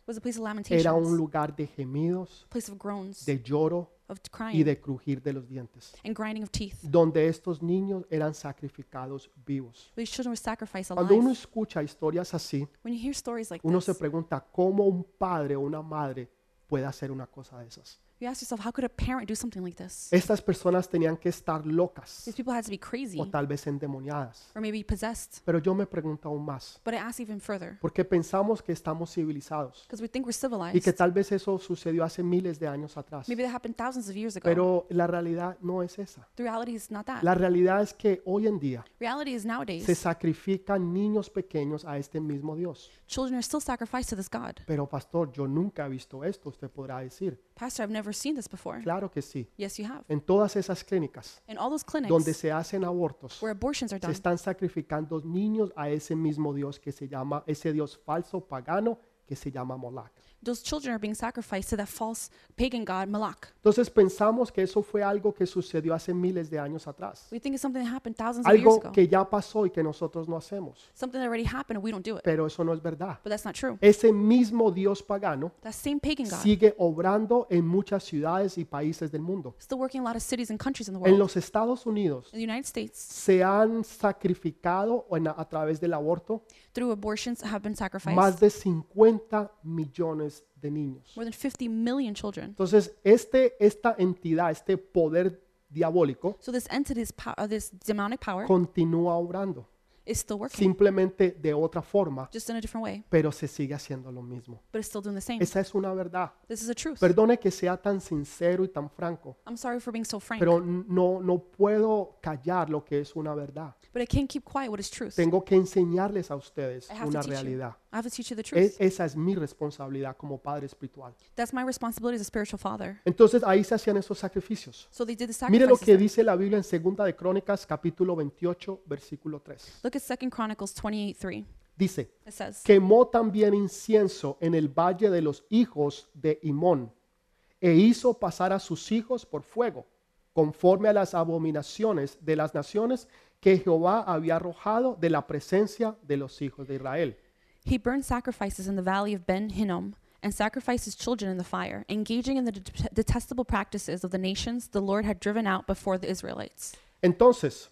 Speaker 2: was a place of
Speaker 1: era un
Speaker 2: lamentations,
Speaker 1: lugar de gemidos,
Speaker 2: place of groans,
Speaker 1: de lloro
Speaker 2: of
Speaker 1: y
Speaker 2: crying,
Speaker 1: de crujir de los dientes,
Speaker 2: and grinding of teeth.
Speaker 1: donde estos niños eran sacrificados vivos.
Speaker 2: These children were sacrificed
Speaker 1: Cuando uno
Speaker 2: alive.
Speaker 1: escucha historias así,
Speaker 2: When you hear stories like
Speaker 1: uno
Speaker 2: this,
Speaker 1: se pregunta cómo un padre o una madre puede hacer una cosa de esas.
Speaker 2: you ask yourself, how could a parent do something like this?
Speaker 1: Estas personas tenían que estar locas
Speaker 2: These people had to be crazy
Speaker 1: o tal vez endemoniadas.
Speaker 2: or maybe possessed.
Speaker 1: Pero yo me pregunto aún más,
Speaker 2: But I ask even further,
Speaker 1: porque pensamos que estamos civilizados
Speaker 2: because we think we're
Speaker 1: y que
Speaker 2: civilized.
Speaker 1: tal vez eso sucedió hace miles de años atrás.
Speaker 2: Maybe that happened thousands of years ago.
Speaker 1: Pero la realidad no es esa.
Speaker 2: The reality is not that.
Speaker 1: La realidad es que hoy en día
Speaker 2: Reality is
Speaker 1: se
Speaker 2: nowadays,
Speaker 1: sacrifican niños pequeños a este mismo Dios.
Speaker 2: children are still sacrificed to this God.
Speaker 1: Pero pastor, yo nunca he visto esto, usted podrá decir.
Speaker 2: Pastor, I've never seen this before.
Speaker 1: Claro que sí.
Speaker 2: Yes, you have.
Speaker 1: En todas esas clínicas
Speaker 2: In all those
Speaker 1: donde
Speaker 2: clinics
Speaker 1: se hacen abortos,
Speaker 2: where abortions are
Speaker 1: se
Speaker 2: done,
Speaker 1: están sacrificando niños a ese mismo Dios que se llama, ese Dios falso pagano que se llama Moloch.
Speaker 2: those children are being sacrificed to that false pagan god, Malak.
Speaker 1: Entonces pensamos que eso fue algo que sucedió hace miles de años atrás,
Speaker 2: We think it's something that happened thousands of years
Speaker 1: algo
Speaker 2: ago.
Speaker 1: que ya pasó y que nosotros no hacemos,
Speaker 2: Something that already happened and we don't do it.
Speaker 1: pero eso no es verdad.
Speaker 2: But that's not true.
Speaker 1: Ese mismo Dios pagano
Speaker 2: That same pagan god
Speaker 1: sigue obrando en muchas ciudades y países del mundo.
Speaker 2: still working in a lot of cities and countries in the
Speaker 1: En
Speaker 2: world.
Speaker 1: los Estados Unidos
Speaker 2: In the United States,
Speaker 1: se han sacrificado en- a través del aborto
Speaker 2: through abortions, have been
Speaker 1: más
Speaker 2: sacrificed
Speaker 1: de 50 millones de niños.
Speaker 2: more than 50 million children.
Speaker 1: Entonces, este, esta entidad, este poder diabólico,
Speaker 2: So this entity's power, uh, this demonic power,
Speaker 1: continúa obrando,
Speaker 2: is still working,
Speaker 1: simplemente de otra forma,
Speaker 2: just in a different way,
Speaker 1: pero se sigue haciendo lo mismo.
Speaker 2: but it's still doing the same.
Speaker 1: Esa es una verdad.
Speaker 2: This is a truth.
Speaker 1: Perdone que sea tan sincero y tan franco,
Speaker 2: I'm sorry for being so frank,
Speaker 1: pero no, no puedo callar lo que es una verdad.
Speaker 2: but I can't keep quiet what is truth.
Speaker 1: Tengo que enseñarles a ustedes
Speaker 2: I have
Speaker 1: una
Speaker 2: to teach you.
Speaker 1: realidad.
Speaker 2: I have to teach you the truth.
Speaker 1: Es- esa es mi responsabilidad como padre espiritual.
Speaker 2: That's my responsibility as a spiritual father.
Speaker 1: Entonces ahí se hacían esos sacrificios.
Speaker 2: So they did the
Speaker 1: Mire lo
Speaker 2: sacrifices.
Speaker 1: que
Speaker 2: then.
Speaker 1: dice la Biblia en Segunda de Crónicas capítulo 28 versículo 3.
Speaker 2: Look at 2 Chronicles 28:3.
Speaker 1: Dice,
Speaker 2: It says,
Speaker 1: quemó también incienso en el valle de los hijos de Imón, e hizo pasar a sus hijos por fuego, conforme a las abominaciones de las naciones que Jehová había arrojado de la presencia de los hijos de Israel.
Speaker 2: He burned sacrifices in the valley of Ben Hinnom and sacrificed his children in the fire, engaging in the det- detestable practices of the nations the Lord had driven out before the Israelites.
Speaker 1: Entonces,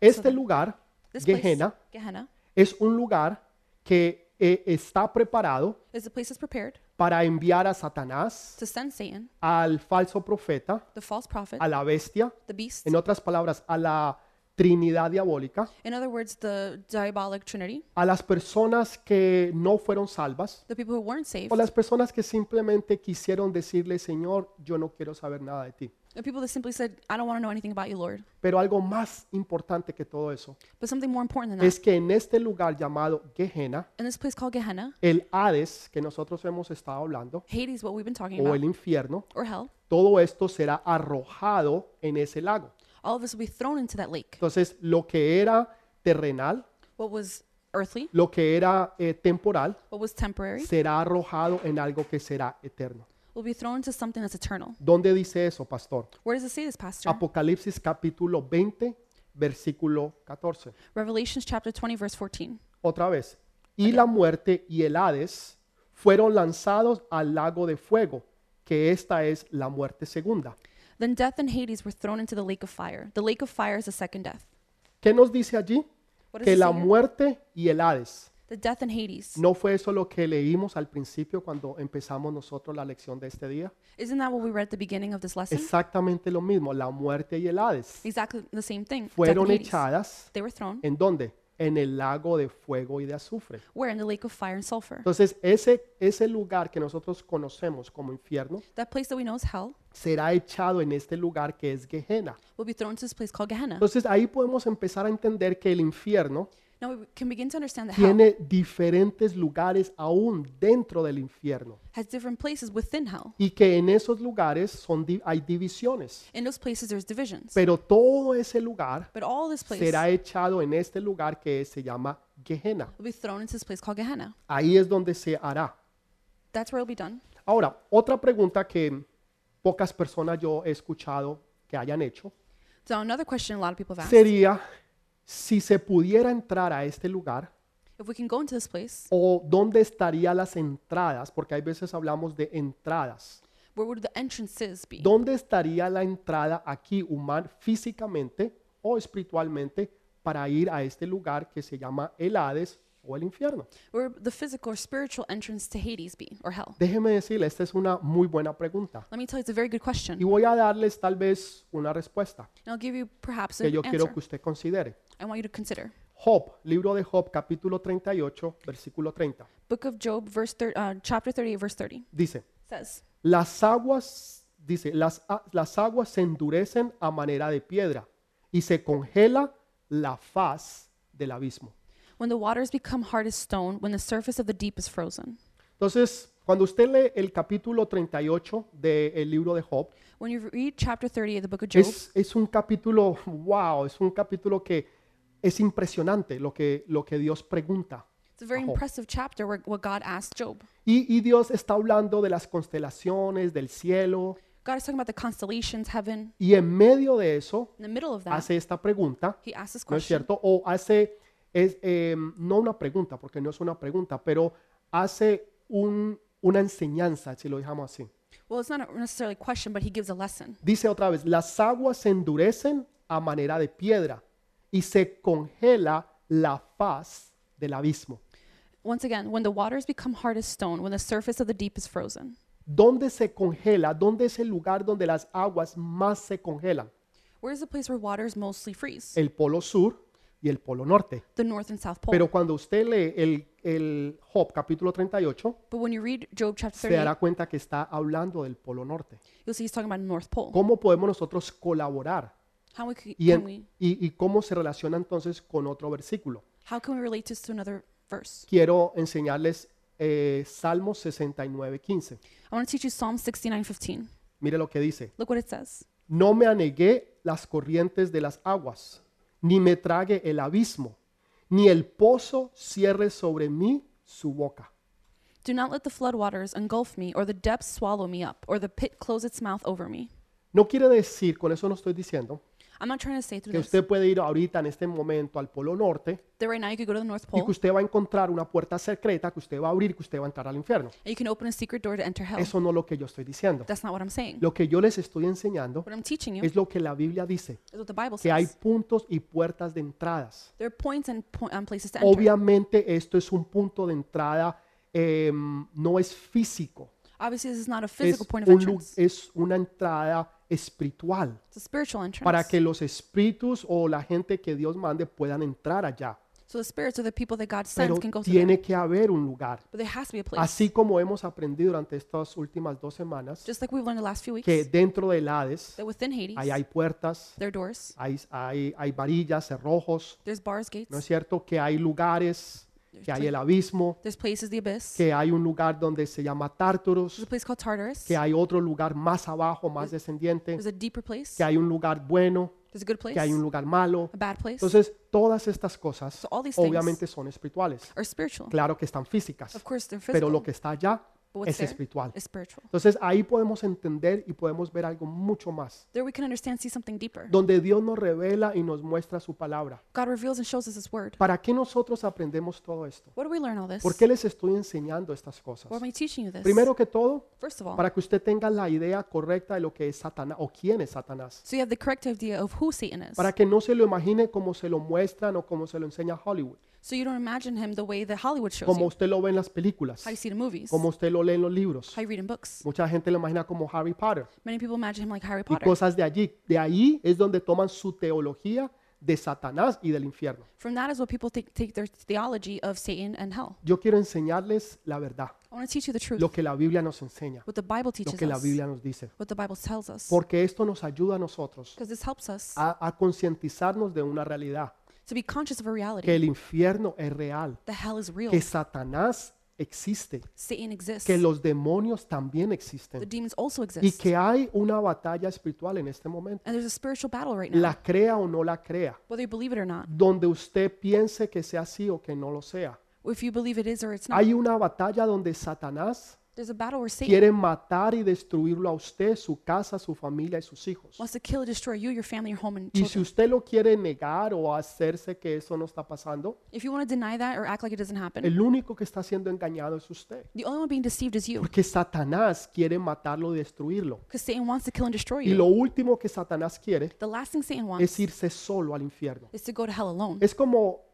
Speaker 1: este lugar,
Speaker 2: This
Speaker 1: Gehenna,
Speaker 2: place, Gehenna,
Speaker 1: es un lugar que eh, está preparado
Speaker 2: is the place that's prepared
Speaker 1: para enviar a Satanás,
Speaker 2: to send Satan,
Speaker 1: al falso profeta,
Speaker 2: the false prophet,
Speaker 1: a la bestia,
Speaker 2: the beast,
Speaker 1: en otras palabras, a la Trinidad diabólica,
Speaker 2: in other words, the diabolic trinity,
Speaker 1: a las personas que no fueron salvas
Speaker 2: the people who weren't saved,
Speaker 1: o las personas que simplemente quisieron decirle, Señor, yo no quiero saber nada de ti.
Speaker 2: the people that simply said, I don't want to know anything about you, Lord.
Speaker 1: Pero algo más importante que todo eso
Speaker 2: But something more important than that,
Speaker 1: es que en este lugar llamado Gehenna,
Speaker 2: in this place called Gehenna,
Speaker 1: el Hades que nosotros hemos estado hablando,
Speaker 2: Hades, what we've been talking
Speaker 1: o
Speaker 2: about,
Speaker 1: el infierno,
Speaker 2: or hell,
Speaker 1: todo esto será arrojado en ese lago.
Speaker 2: all of us will be thrown into that lake.
Speaker 1: Entonces, lo que era terrenal,
Speaker 2: What was earthly,
Speaker 1: lo que era eh, temporal,
Speaker 2: what was temporary,
Speaker 1: será arrojado en algo que será eterno.
Speaker 2: will be thrown into something that's eternal.
Speaker 1: ¿Dónde dice eso, pastor?
Speaker 2: Where does it say this, Pastor?
Speaker 1: Apocalipsis capítulo 20, versículo 14.
Speaker 2: Revelations chapter 20, verse 14.
Speaker 1: Otra vez. Y la muerte y el Hades fueron lanzados al lago de fuego, que esta es la muerte segunda.
Speaker 2: Then death and Hades were thrown into the lake of fire. The lake of fire is the second death.
Speaker 1: ¿Qué nos dice allí?
Speaker 2: What does
Speaker 1: Que
Speaker 2: it
Speaker 1: la
Speaker 2: say here?
Speaker 1: muerte y el Hades
Speaker 2: the death and Hades.
Speaker 1: ¿No fue eso lo que leímos al principio cuando empezamos nosotros la lección de este día?
Speaker 2: Isn't that what we read at the beginning of this lesson?
Speaker 1: Exactamente lo mismo, la muerte y el Hades
Speaker 2: Exactly the same thing. Death and
Speaker 1: fueron
Speaker 2: Hades.
Speaker 1: echadas
Speaker 2: They were thrown.
Speaker 1: en dónde? En el lago de fuego y de azufre.
Speaker 2: Were in the lake of fire and sulfur.
Speaker 1: Entonces, ese, ese lugar que nosotros conocemos como infierno
Speaker 2: That place that we know as hell
Speaker 1: será echado en este lugar que es Gehenna.
Speaker 2: will be thrown to this place called Gehenna.
Speaker 1: Entonces, ahí podemos empezar a entender que el infierno
Speaker 2: Now we can begin to understand that hell
Speaker 1: tiene diferentes lugares aún dentro del infierno
Speaker 2: has different places within hell.
Speaker 1: y que en esos lugares son di- hay divisiones.
Speaker 2: In those places, there's divisions.
Speaker 1: Pero todo ese lugar
Speaker 2: but all this place
Speaker 1: será echado en este lugar que se llama Gehenna.
Speaker 2: will be thrown into this place called Gehenna.
Speaker 1: Ahí es donde se hará.
Speaker 2: That's where it'll be done.
Speaker 1: Ahora, otra pregunta que pocas personas yo he escuchado que hayan hecho
Speaker 2: So another question a lot of people have asked:
Speaker 1: sería si se pudiera entrar a este lugar
Speaker 2: If we can go into this place,
Speaker 1: o dónde estarían las entradas, porque hay veces hablamos de entradas.
Speaker 2: where would the entrances be?
Speaker 1: ¿Dónde estaría la entrada aquí humana físicamente o espiritualmente para ir a este lugar que se llama el Hades o el infierno?
Speaker 2: Where would the physical or spiritual entrance to Hades be or hell?
Speaker 1: Déjeme decirle, esta es una muy buena pregunta
Speaker 2: Let me tell you, it's a very good question,
Speaker 1: y voy a darles tal vez una respuesta
Speaker 2: and I'll give you perhaps
Speaker 1: que
Speaker 2: an
Speaker 1: yo quiero
Speaker 2: answer.
Speaker 1: que usted considere.
Speaker 2: I want you to consider.
Speaker 1: Job, libro de Job, capítulo 38, versículo 30,
Speaker 2: Book of Job, verse thir- uh, chapter 38, verse 30
Speaker 1: dice,
Speaker 2: says,
Speaker 1: Las aguas, dice, las, a- las aguas se endurecen a manera de piedra y se congela la faz del abismo.
Speaker 2: When the waters become hard as stone, when the surface of the deep is frozen.
Speaker 1: Entonces, cuando usted lee el capítulo 38 del libro de Job,
Speaker 2: When you read chapter 30 of the book of Job,
Speaker 1: es, es un capítulo, wow, es un capítulo que es impresionante lo que, lo que Dios pregunta.
Speaker 2: it's a very
Speaker 1: Job.
Speaker 2: impressive chapter where what God asked Job.
Speaker 1: Y, y Dios está hablando de las constelaciones, del cielo,
Speaker 2: God is talking about the constellations, heaven.
Speaker 1: y en medio de eso
Speaker 2: In the middle of that,
Speaker 1: hace esta pregunta,
Speaker 2: he asks this
Speaker 1: ¿no es
Speaker 2: question.
Speaker 1: cierto? O hace, es, em, no una pregunta, porque no es una pregunta, pero hace un- una enseñanza, si lo dejamos así.
Speaker 2: Well, it's not a necessarily a question, but he gives a lesson.
Speaker 1: Dice otra vez, las aguas se endurecen a manera de piedra y se congela la faz del abismo.
Speaker 2: Once again, when the waters become hard as stone, when the surface of the deep is frozen.
Speaker 1: ¿Dónde se congela? ¿Dónde es el lugar donde las aguas más se congelan?
Speaker 2: Where is the place where waters mostly freeze?
Speaker 1: El polo sur y el polo norte.
Speaker 2: The North and South Pole.
Speaker 1: Pero cuando usted lee el, el Job capítulo 38,
Speaker 2: but when you read Job chapter
Speaker 1: se
Speaker 2: 30,
Speaker 1: dará cuenta que está hablando del polo norte.
Speaker 2: you'll see he's talking about the North Pole.
Speaker 1: ¿Cómo podemos nosotros colaborar?
Speaker 2: How we c-
Speaker 1: Y,
Speaker 2: can
Speaker 1: en-
Speaker 2: we
Speaker 1: y- y cómo se relaciona entonces con otro versículo.
Speaker 2: how can we relate this to another verse?
Speaker 1: quiero enseñarles eh, Salmo 69, 15.
Speaker 2: I want to teach you Psalm 69:15.
Speaker 1: Mire lo que dice.
Speaker 2: Look what it says.
Speaker 1: No me anegué las corrientes de las aguas, ni me trague el abismo, ni el pozo cierre sobre mí su boca.
Speaker 2: Do not let the floodwaters engulf me, or the depths swallow me up, or the pit close its mouth over me.
Speaker 1: No quiere decir, con eso no estoy diciendo,
Speaker 2: I'm not trying to say through
Speaker 1: que
Speaker 2: this
Speaker 1: usted puede ir ahorita en este momento al Polo Norte
Speaker 2: that right now you could go to the North
Speaker 1: y
Speaker 2: Pole
Speaker 1: que usted va a encontrar una puerta secreta que usted va a abrir y que usted va a entrar al infierno.
Speaker 2: and you can open a secret door to enter hell.
Speaker 1: Eso no es lo que yo estoy diciendo.
Speaker 2: That's not what I'm saying.
Speaker 1: Lo que yo les estoy enseñando
Speaker 2: What I'm teaching you
Speaker 1: es lo que la Biblia dice,
Speaker 2: is what the Bible
Speaker 1: que hay
Speaker 2: says.
Speaker 1: puntos y puertas de entradas.
Speaker 2: There are points and, po- and places to enter.
Speaker 1: Obviamente esto es un punto de entrada, em, no es físico,
Speaker 2: Obviously, this is not a
Speaker 1: es,
Speaker 2: physical point of
Speaker 1: un lu- eh,
Speaker 2: entrance.
Speaker 1: es una entrada espiritual
Speaker 2: It's a spiritual entrance.
Speaker 1: para que los espíritus o la gente que Dios mande puedan entrar allá.
Speaker 2: so the spirits or the people that God
Speaker 1: Pero
Speaker 2: sends can go through there.
Speaker 1: tiene que haber un lugar.
Speaker 2: But there has to be a place.
Speaker 1: Así como hemos aprendido durante estas últimas dos semanas
Speaker 2: Just like we've learned the last few weeks,
Speaker 1: que dentro del Hades
Speaker 2: that within Hades,
Speaker 1: ahí hay puertas,
Speaker 2: there are doors,
Speaker 1: hay, hay, hay varillas, cerrojos,
Speaker 2: there's bars, gates,
Speaker 1: ¿no es cierto? Que hay lugares, que hay el abismo,
Speaker 2: there's places, the abyss,
Speaker 1: que hay un lugar donde se llama Tártaros,
Speaker 2: there's a place called Tartarus,
Speaker 1: que hay otro lugar más abajo, más descendiente,
Speaker 2: there's a deeper place,
Speaker 1: que hay un lugar bueno,
Speaker 2: there's a good place,
Speaker 1: que hay un lugar malo.
Speaker 2: a bad place,
Speaker 1: Entonces, todas estas cosas
Speaker 2: So all these things
Speaker 1: obviamente son espirituales.
Speaker 2: are spiritual.
Speaker 1: Claro que están físicas,
Speaker 2: Of course, they're
Speaker 1: pero
Speaker 2: physical,
Speaker 1: lo que está allá
Speaker 2: but what's
Speaker 1: es
Speaker 2: there
Speaker 1: espiritual.
Speaker 2: is spiritual.
Speaker 1: Entonces, ahí podemos entender y podemos ver algo mucho más,
Speaker 2: There we can understand, see something deeper.
Speaker 1: donde Dios nos revela y nos muestra su palabra.
Speaker 2: God reveals and shows us His Word.
Speaker 1: ¿Para qué nosotros aprendemos todo esto?
Speaker 2: What do we learn all this?
Speaker 1: ¿Por qué les estoy enseñando estas cosas?
Speaker 2: Why am I teaching you this?
Speaker 1: Primero que todo,
Speaker 2: First of all,
Speaker 1: para que usted tenga la idea correcta de lo que es Satanás o quién es Satanás.
Speaker 2: so you have the correct idea of who Satan is,
Speaker 1: para que no se lo imagine como se lo muestran o como se lo enseña Hollywood.
Speaker 2: So you don't imagine him the way that Hollywood shows
Speaker 1: como
Speaker 2: you.
Speaker 1: usted lo ve en las películas,
Speaker 2: How you see it in movies.
Speaker 1: como usted lo lee en los libros.
Speaker 2: How you read in books.
Speaker 1: Mucha gente lo imagina como Harry Potter
Speaker 2: Many people imagine him like Harry
Speaker 1: y
Speaker 2: Potter.
Speaker 1: cosas de allí. De ahí es donde toman su teología de Satanás y del infierno.
Speaker 2: From that is what people take, take their theology of Satan and hell.
Speaker 1: Yo quiero enseñarles la verdad,
Speaker 2: I want to teach you the truth.
Speaker 1: lo que la Biblia nos enseña,
Speaker 2: what the Bible
Speaker 1: lo
Speaker 2: teaches
Speaker 1: que la
Speaker 2: us.
Speaker 1: Biblia nos dice,
Speaker 2: What the Bible tells us.
Speaker 1: porque esto nos ayuda a nosotros
Speaker 2: Because this helps us
Speaker 1: a, a concientizarnos de una realidad,
Speaker 2: to be conscious of a reality.
Speaker 1: que el infierno es real,
Speaker 2: the hell is real.
Speaker 1: que Satanás existe,
Speaker 2: Satan exists.
Speaker 1: que los demonios también
Speaker 2: the
Speaker 1: existen
Speaker 2: demons also
Speaker 1: y
Speaker 2: exist.
Speaker 1: que hay una batalla espiritual en este momento.
Speaker 2: and there's a spiritual battle right now.
Speaker 1: la crea o no la crea,
Speaker 2: whether you believe it or not.
Speaker 1: donde usted piense que sea así o que no lo sea.
Speaker 2: If you believe it is or it's not.
Speaker 1: Hay una batalla donde Satanás
Speaker 2: there's a battle where Satan
Speaker 1: quiere matar y destruirlo a usted, su casa, su familia y sus hijos.
Speaker 2: wants to kill and destroy you, your family, your home, and
Speaker 1: Y si
Speaker 2: children.
Speaker 1: usted lo quiere negar o hacerse que eso no está pasando,
Speaker 2: If you want to deny that or act like it doesn't happen,
Speaker 1: el único que está siendo engañado es usted.
Speaker 2: the only one being deceived is you.
Speaker 1: Porque Satanás quiere matarlo y destruirlo.
Speaker 2: Because Satan wants to kill and destroy
Speaker 1: Y
Speaker 2: you.
Speaker 1: lo último que Satanás quiere
Speaker 2: the last thing Satan wants
Speaker 1: es irse solo al infierno.
Speaker 2: is to go to hell alone.
Speaker 1: Es como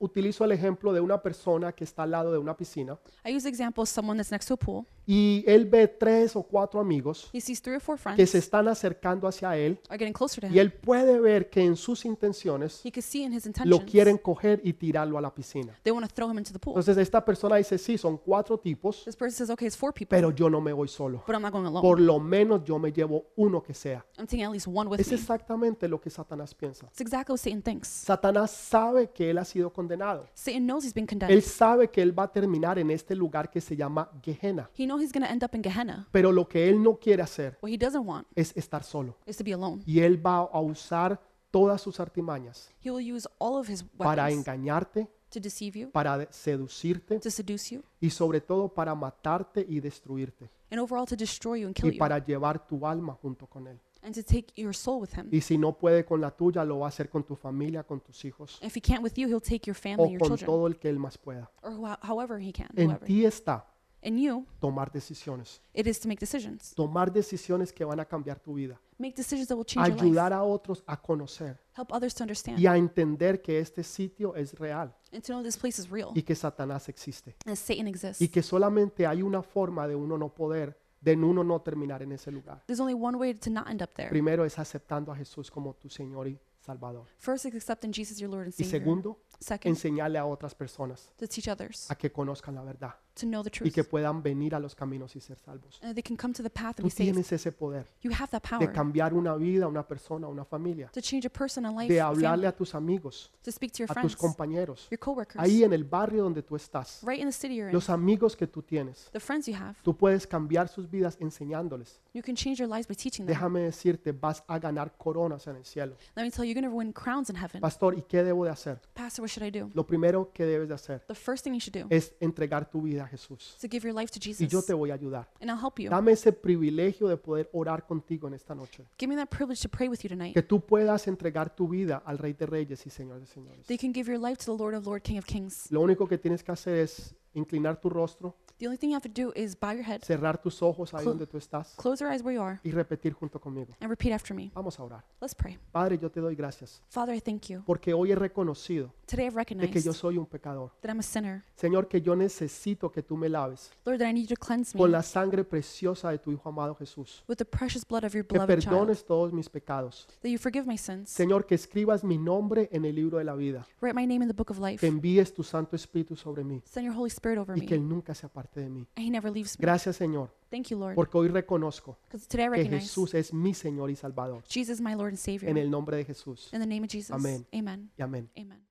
Speaker 1: utilizo el ejemplo de una persona que está al lado de una piscina
Speaker 2: I use the example of someone that's next to a pool.
Speaker 1: y él ve tres o cuatro amigos
Speaker 2: He sees three or four friends
Speaker 1: que se están acercando hacia él
Speaker 2: are getting closer to him.
Speaker 1: y él puede ver que en sus intenciones
Speaker 2: he could see in his
Speaker 1: lo
Speaker 2: intentions
Speaker 1: quieren coger y tirarlo a la piscina.
Speaker 2: they want to throw him into the pool.
Speaker 1: Entonces esta persona dice, sí, son cuatro tipos,
Speaker 2: This person says, okay, it's four people,
Speaker 1: pero yo no me voy solo.
Speaker 2: but I'm not going alone.
Speaker 1: Por lo menos yo me llevo uno que sea.
Speaker 2: I'm taking at least one with
Speaker 1: Es
Speaker 2: me.
Speaker 1: exactamente lo que Satanás piensa.
Speaker 2: It's exactly what Satan thinks.
Speaker 1: Satanás sabe que él ha sido condenado.
Speaker 2: Satan knows he's been condemned.
Speaker 1: Él sabe que él va a terminar en este lugar que se llama Gehenna.
Speaker 2: he knows he's going to end up in Gehenna.
Speaker 1: Pero lo que él no quiere hacer
Speaker 2: What he doesn't want
Speaker 1: es estar solo.
Speaker 2: is to be alone.
Speaker 1: Y él va a usar todas sus artimañas
Speaker 2: He will use all of his
Speaker 1: para
Speaker 2: weapons
Speaker 1: engañarte,
Speaker 2: to deceive you,
Speaker 1: para de- seducirte
Speaker 2: to seduce you,
Speaker 1: y sobre todo para matarte y destruirte
Speaker 2: and overall to destroy you and kill
Speaker 1: y
Speaker 2: you,
Speaker 1: para llevar tu alma junto con él.
Speaker 2: and to take your soul with him.
Speaker 1: Y si no puede con la tuya, lo va a hacer con tu familia, con tus hijos
Speaker 2: If he can't with you, he'll take your
Speaker 1: o
Speaker 2: family, your
Speaker 1: con
Speaker 2: children,
Speaker 1: todo el que él más pueda.
Speaker 2: or who- however he can,
Speaker 1: En
Speaker 2: whoever.
Speaker 1: ti está
Speaker 2: And you,
Speaker 1: tomar decisiones,
Speaker 2: it is to make decisions.
Speaker 1: tomar decisiones que van a cambiar tu vida,
Speaker 2: Make decisions that will change your life.
Speaker 1: ayudar a otros a conocer
Speaker 2: Help others to understand
Speaker 1: y a entender que este sitio es real
Speaker 2: and to know this place is real
Speaker 1: y que Satanás existe.
Speaker 2: and Satan exists.
Speaker 1: y que solamente hay una forma de uno no poder, de uno no terminar en ese lugar.
Speaker 2: There's only one way to not end up there.
Speaker 1: Primero es aceptando a Jesús como tu Señor y Salvador.
Speaker 2: First is accepting Jesus your Lord and
Speaker 1: Y
Speaker 2: Savior.
Speaker 1: segundo,
Speaker 2: Second,
Speaker 1: enseñarle a otras personas
Speaker 2: to teach others
Speaker 1: a que conozcan la verdad
Speaker 2: to know the
Speaker 1: y
Speaker 2: truth.
Speaker 1: que puedan venir a los caminos y ser salvos.
Speaker 2: And that they can come to the path and
Speaker 1: Tú
Speaker 2: be saved.
Speaker 1: tienes ese poder
Speaker 2: You have that
Speaker 1: de
Speaker 2: power
Speaker 1: cambiar una vida, una persona, una familia,
Speaker 2: to change a person, a life,
Speaker 1: de
Speaker 2: a
Speaker 1: hablarle
Speaker 2: family,
Speaker 1: a tus amigos,
Speaker 2: to speak to your
Speaker 1: a tus
Speaker 2: friends,
Speaker 1: compañeros,
Speaker 2: your coworkers,
Speaker 1: ahí en el barrio donde tú estás,
Speaker 2: right in the city you're in,
Speaker 1: los amigos que tú tienes.
Speaker 2: the friends you have.
Speaker 1: Tú puedes cambiar sus vidas enseñándoles.
Speaker 2: You can change your lives by teaching them.
Speaker 1: Déjame decirte, vas a ganar coronas en el cielo.
Speaker 2: Let me tell you, you're going to win crowns in heaven.
Speaker 1: Pastor, ¿y qué debo de hacer?
Speaker 2: Pastor, what should I do?
Speaker 1: Lo primero que debes de hacer
Speaker 2: The first thing you should do is
Speaker 1: es entregar tu vida a Jesús.
Speaker 2: to give your life to
Speaker 1: Eh, Y yo
Speaker 2: Jesus.
Speaker 1: te voy a ayudar.
Speaker 2: And I'll help you.
Speaker 1: Dame ese privilegio de poder orar contigo en esta noche.
Speaker 2: Give me that privilege to pray with you tonight.
Speaker 1: Que tú puedas entregar tu vida al Rey de Reyes y Señor de Señores.
Speaker 2: That you can give your life to the Lord of Lord, King of Kings.
Speaker 1: Lo único que tienes que hacer es inclinar tu rostro,
Speaker 2: The only thing you have to do is bow your head,
Speaker 1: cerrar tus ojos ahí
Speaker 2: Cl-
Speaker 1: donde tú estás
Speaker 2: close your eyes where you are,
Speaker 1: y repetir junto conmigo.
Speaker 2: and repeat after me.
Speaker 1: Vamos a orar.
Speaker 2: Let's pray.
Speaker 1: Padre, yo te doy gracias
Speaker 2: Father, I thank you.
Speaker 1: porque hoy he reconocido
Speaker 2: Today I've
Speaker 1: de que
Speaker 2: recognized
Speaker 1: yo soy un pecador.
Speaker 2: that I'm a sinner.
Speaker 1: Señor, que yo necesito que tú me laves
Speaker 2: Lord, that I need you to cleanse me
Speaker 1: con la sangre preciosa de tu Hijo amado Jesús.
Speaker 2: with the precious blood of your
Speaker 1: que
Speaker 2: beloved child.
Speaker 1: perdones todos mis pecados.
Speaker 2: That you forgive my sins.
Speaker 1: Señor, que escribas mi nombre en el libro de la vida,
Speaker 2: Write my name in the book of life.
Speaker 1: que envíes tu Santo Espíritu sobre mí
Speaker 2: Send your Holy Spirit over
Speaker 1: y que
Speaker 2: me.
Speaker 1: Él nunca se aparte de mí.
Speaker 2: And he never leaves me.
Speaker 1: Gracias, Señor,
Speaker 2: Thank you, Lord.
Speaker 1: porque hoy reconozco
Speaker 2: Because today I
Speaker 1: que
Speaker 2: recognize
Speaker 1: Jesús es mi Señor y Salvador.
Speaker 2: Jesus, is my Lord and Savior.
Speaker 1: En el nombre de Jesús.
Speaker 2: In the name of Jesus.
Speaker 1: Amén.
Speaker 2: Amen.
Speaker 1: Y amén.
Speaker 2: Amen.